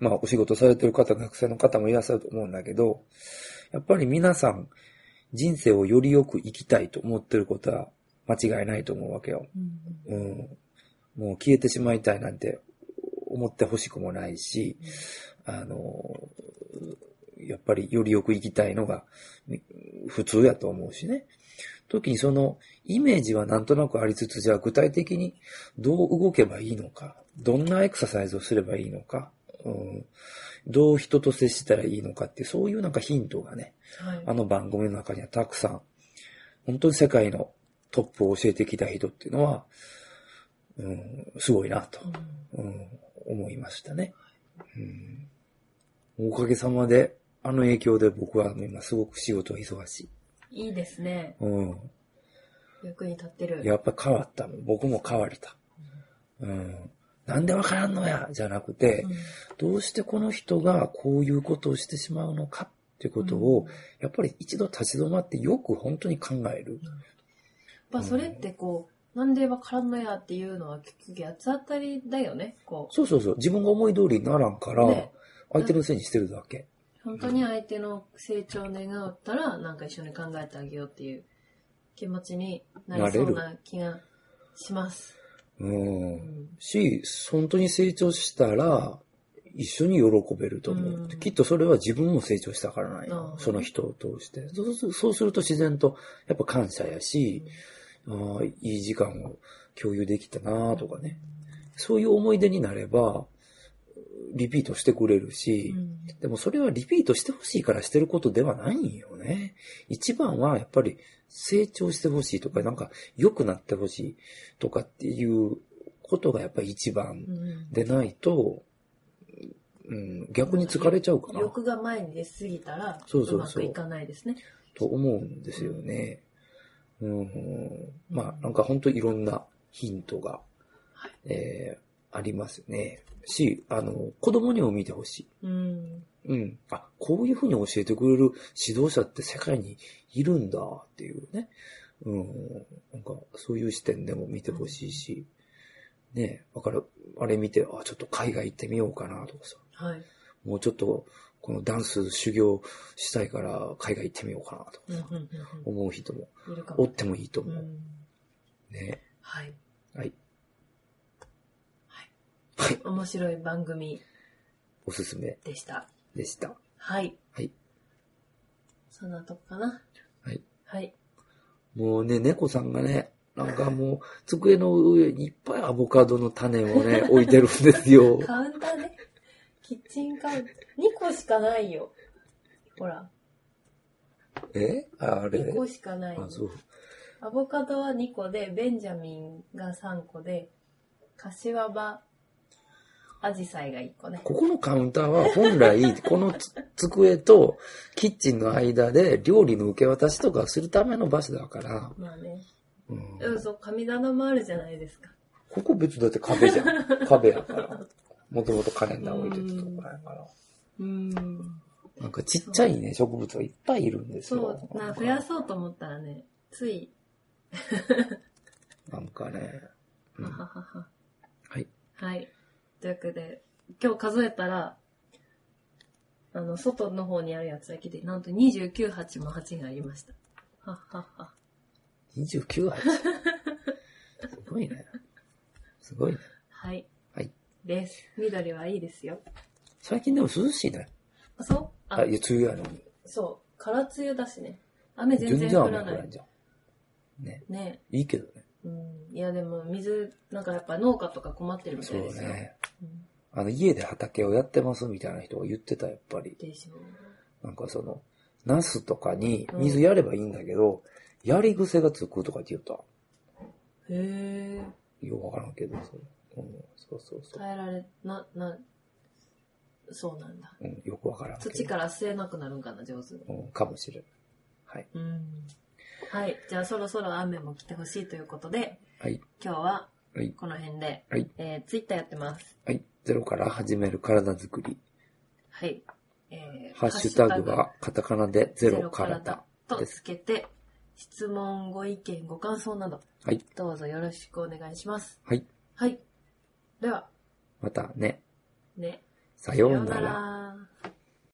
[SPEAKER 2] まあお仕事されてる方、学生の方もいらっしゃると思うんだけど、やっぱり皆さん、人生をよりよく生きたいと思ってることは間違いないと思うわけよ。
[SPEAKER 1] うん
[SPEAKER 2] うん。もう消えてしまいたいなんて思ってほしくもないし、あの、やっぱりよりよく生きたいのがみ普通やと思うしね。時にそのイメージはなんとなくありつつ、じゃあ具体的にどう動けばいいのか、どんなエクササイズをすればいいのか、うん、どう人と接したらいいのかって、そういうなんかヒントがね、
[SPEAKER 1] はい。
[SPEAKER 2] あの番組の中にはたくさん、本当に世界のトップを教えてきた人っていうのは、うん、すごいなと
[SPEAKER 1] うん
[SPEAKER 2] うん、思いましたね。うん、おかげさまで、あの影響で僕は今すごく仕事忙しい。
[SPEAKER 1] いいですね。
[SPEAKER 2] うん、
[SPEAKER 1] 役に立ってる。
[SPEAKER 2] やっぱ変わったもん。僕も変われた。うん、なんでわからんのやじゃなくて
[SPEAKER 1] う、ん
[SPEAKER 2] どうしてこの人がこういうことをしてしまうのかっていうことを、やっぱり一度立ち止まってよく本当に考える。
[SPEAKER 1] まあそれってこう、なんでわからんのやっていうのは結局八つ当たりだよね。こ
[SPEAKER 2] そうそうそう。自分が思い通りにならんから、
[SPEAKER 1] ね
[SPEAKER 2] 相手のせいにしてるだけ。
[SPEAKER 1] う、本当に相手の成長を願ったら、なんか一緒に考えてあげようっていう気持ちになりそうな気がします。
[SPEAKER 2] う。
[SPEAKER 1] うんん
[SPEAKER 2] し、本当に成長したら、一緒に喜べると思う。
[SPEAKER 1] うん
[SPEAKER 2] きっとそれは自分も成長したからないよ
[SPEAKER 1] ああ
[SPEAKER 2] その人を通して。そうするそうすると自然と、やっぱ感謝やし、ああいい時間を共有できたなとかね。そういう思い出になれば、リピートしてくれるし、
[SPEAKER 1] うん
[SPEAKER 2] でもそれはリピートしてほしいからしてることではないんよね。一番はやっぱり成長してほしいとか、なんか良くなってほしいとかっていうことがやっぱり一番
[SPEAKER 1] うん
[SPEAKER 2] でないと、うん、逆に疲れちゃうかな
[SPEAKER 1] 欲が前に出過ぎたら、
[SPEAKER 2] そうそうそう
[SPEAKER 1] まくいかないですね。
[SPEAKER 2] と思うんですよね。うん、まあなんか本当いろんなヒントが、えーありますね。し、あの、子供にも見てほしい。
[SPEAKER 1] うん。
[SPEAKER 2] うん。あ、こういうふうに教えてくれる指導者って世界にいるんだっていうね。うん。なんか、そういう視点でも見てほしいし。ねえ、だから、あれ見て、あ、ちょっと海外行ってみようかなとかさ。
[SPEAKER 1] はい。
[SPEAKER 2] もうちょっと、このダンス修行したいから海外行ってみようかなと
[SPEAKER 1] うん
[SPEAKER 2] か
[SPEAKER 1] う
[SPEAKER 2] さ。
[SPEAKER 1] んうん
[SPEAKER 2] 思う人も、
[SPEAKER 1] うんいるか
[SPEAKER 2] お
[SPEAKER 1] も
[SPEAKER 2] っ。てもいいと
[SPEAKER 1] う
[SPEAKER 2] 思う。
[SPEAKER 1] ん
[SPEAKER 2] ね
[SPEAKER 1] はい。
[SPEAKER 2] はい。
[SPEAKER 1] 面白い番組
[SPEAKER 2] おすすめ
[SPEAKER 1] でした。
[SPEAKER 2] でした。
[SPEAKER 1] はい。
[SPEAKER 2] はい。
[SPEAKER 1] そんなとこかな。
[SPEAKER 2] はい。
[SPEAKER 1] はい。
[SPEAKER 2] もうね、猫さんがね、なんかもう、机の上にいっぱいアボカドの種をね、置いてるんですよ。
[SPEAKER 1] カウンターね。キッチンカウンター。2個しかないよ。ほら、
[SPEAKER 2] えあれ
[SPEAKER 1] 2個しかない
[SPEAKER 2] あ、。そう。
[SPEAKER 1] アボカドは2個で、ベンジャミンが3個で、柏葉、アジサイが1個ね。
[SPEAKER 2] ここのカウンターは 本来、このつ机とキッチンの間で料理の受け渡しとかするための場所だから、
[SPEAKER 1] まあね。
[SPEAKER 2] うん
[SPEAKER 1] うん、そう、神棚もあるじゃないですか。
[SPEAKER 2] ここ別にだって壁じ ゃん。壁やから。もともとカレンダー置いてたところやから。
[SPEAKER 1] うん。
[SPEAKER 2] なんかちっちゃいね、植物がいっぱいいるんです
[SPEAKER 1] そ
[SPEAKER 2] よ。
[SPEAKER 1] う、な、増やそうと思ったらね、つい、
[SPEAKER 2] なんかね。うん
[SPEAKER 1] はははは。
[SPEAKER 2] はい。
[SPEAKER 1] はい。というわけで、今日数えたら、あの、外の方にあるやつだけで、なんと29鉢も鉢がありました。はっはっは。
[SPEAKER 2] 29鉢。すごいね。すごいね。
[SPEAKER 1] はい。
[SPEAKER 2] はい。
[SPEAKER 1] です。緑はいいですよ。
[SPEAKER 2] 最近でも涼しいね。
[SPEAKER 1] あ、そうあ
[SPEAKER 2] あ、、いや、梅雨やのに。
[SPEAKER 1] そう。空梅雨だしね。雨全
[SPEAKER 2] 全
[SPEAKER 1] 然
[SPEAKER 2] 然
[SPEAKER 1] 降
[SPEAKER 2] 雨
[SPEAKER 1] ら
[SPEAKER 2] 降
[SPEAKER 1] な
[SPEAKER 2] らん
[SPEAKER 1] い。
[SPEAKER 2] じゃん。ね。
[SPEAKER 1] ね
[SPEAKER 2] いいけどね。
[SPEAKER 1] うん。いや、でも、水、なんかやっぱ農家とか困ってるみた
[SPEAKER 2] そ
[SPEAKER 1] いうですよ。
[SPEAKER 2] ね。
[SPEAKER 1] うん
[SPEAKER 2] あの、家で畑をやってますみたいな人が言ってた、やっぱり。
[SPEAKER 1] でしょう。
[SPEAKER 2] なんかその、ナスとかに水やればいいんだけど、やり癖がつくとかって言った。
[SPEAKER 1] へえ。
[SPEAKER 2] よくわからんけど、それうん、そうそうそう。
[SPEAKER 1] 耐えられ、な、な、そうなんだ。
[SPEAKER 2] うん、よくわからんけど。
[SPEAKER 1] 土から吸えなくなるんかな、上手に。
[SPEAKER 2] うん、かもしれん。はい。
[SPEAKER 1] うん。はい。じゃあそろそろ雨も来てほしいということで、
[SPEAKER 2] はい。
[SPEAKER 1] 今日は
[SPEAKER 2] はい。
[SPEAKER 1] この辺で、
[SPEAKER 2] はい。
[SPEAKER 1] えー、ツイッターやってます。
[SPEAKER 2] はい。ゼロから始める体づくり。
[SPEAKER 1] はい。えー
[SPEAKER 2] ハッシュタグ、はカタカナでゼロからだ。
[SPEAKER 1] と
[SPEAKER 2] です
[SPEAKER 1] つけて、質問、ご意見、ご感想など、
[SPEAKER 2] はい。
[SPEAKER 1] どうぞよろしくお願いします。
[SPEAKER 2] はい。
[SPEAKER 1] はい。では、
[SPEAKER 2] またね。
[SPEAKER 1] ね。
[SPEAKER 2] さよ
[SPEAKER 1] さ
[SPEAKER 2] う
[SPEAKER 1] よう
[SPEAKER 2] な
[SPEAKER 1] な
[SPEAKER 2] ら。
[SPEAKER 1] ら。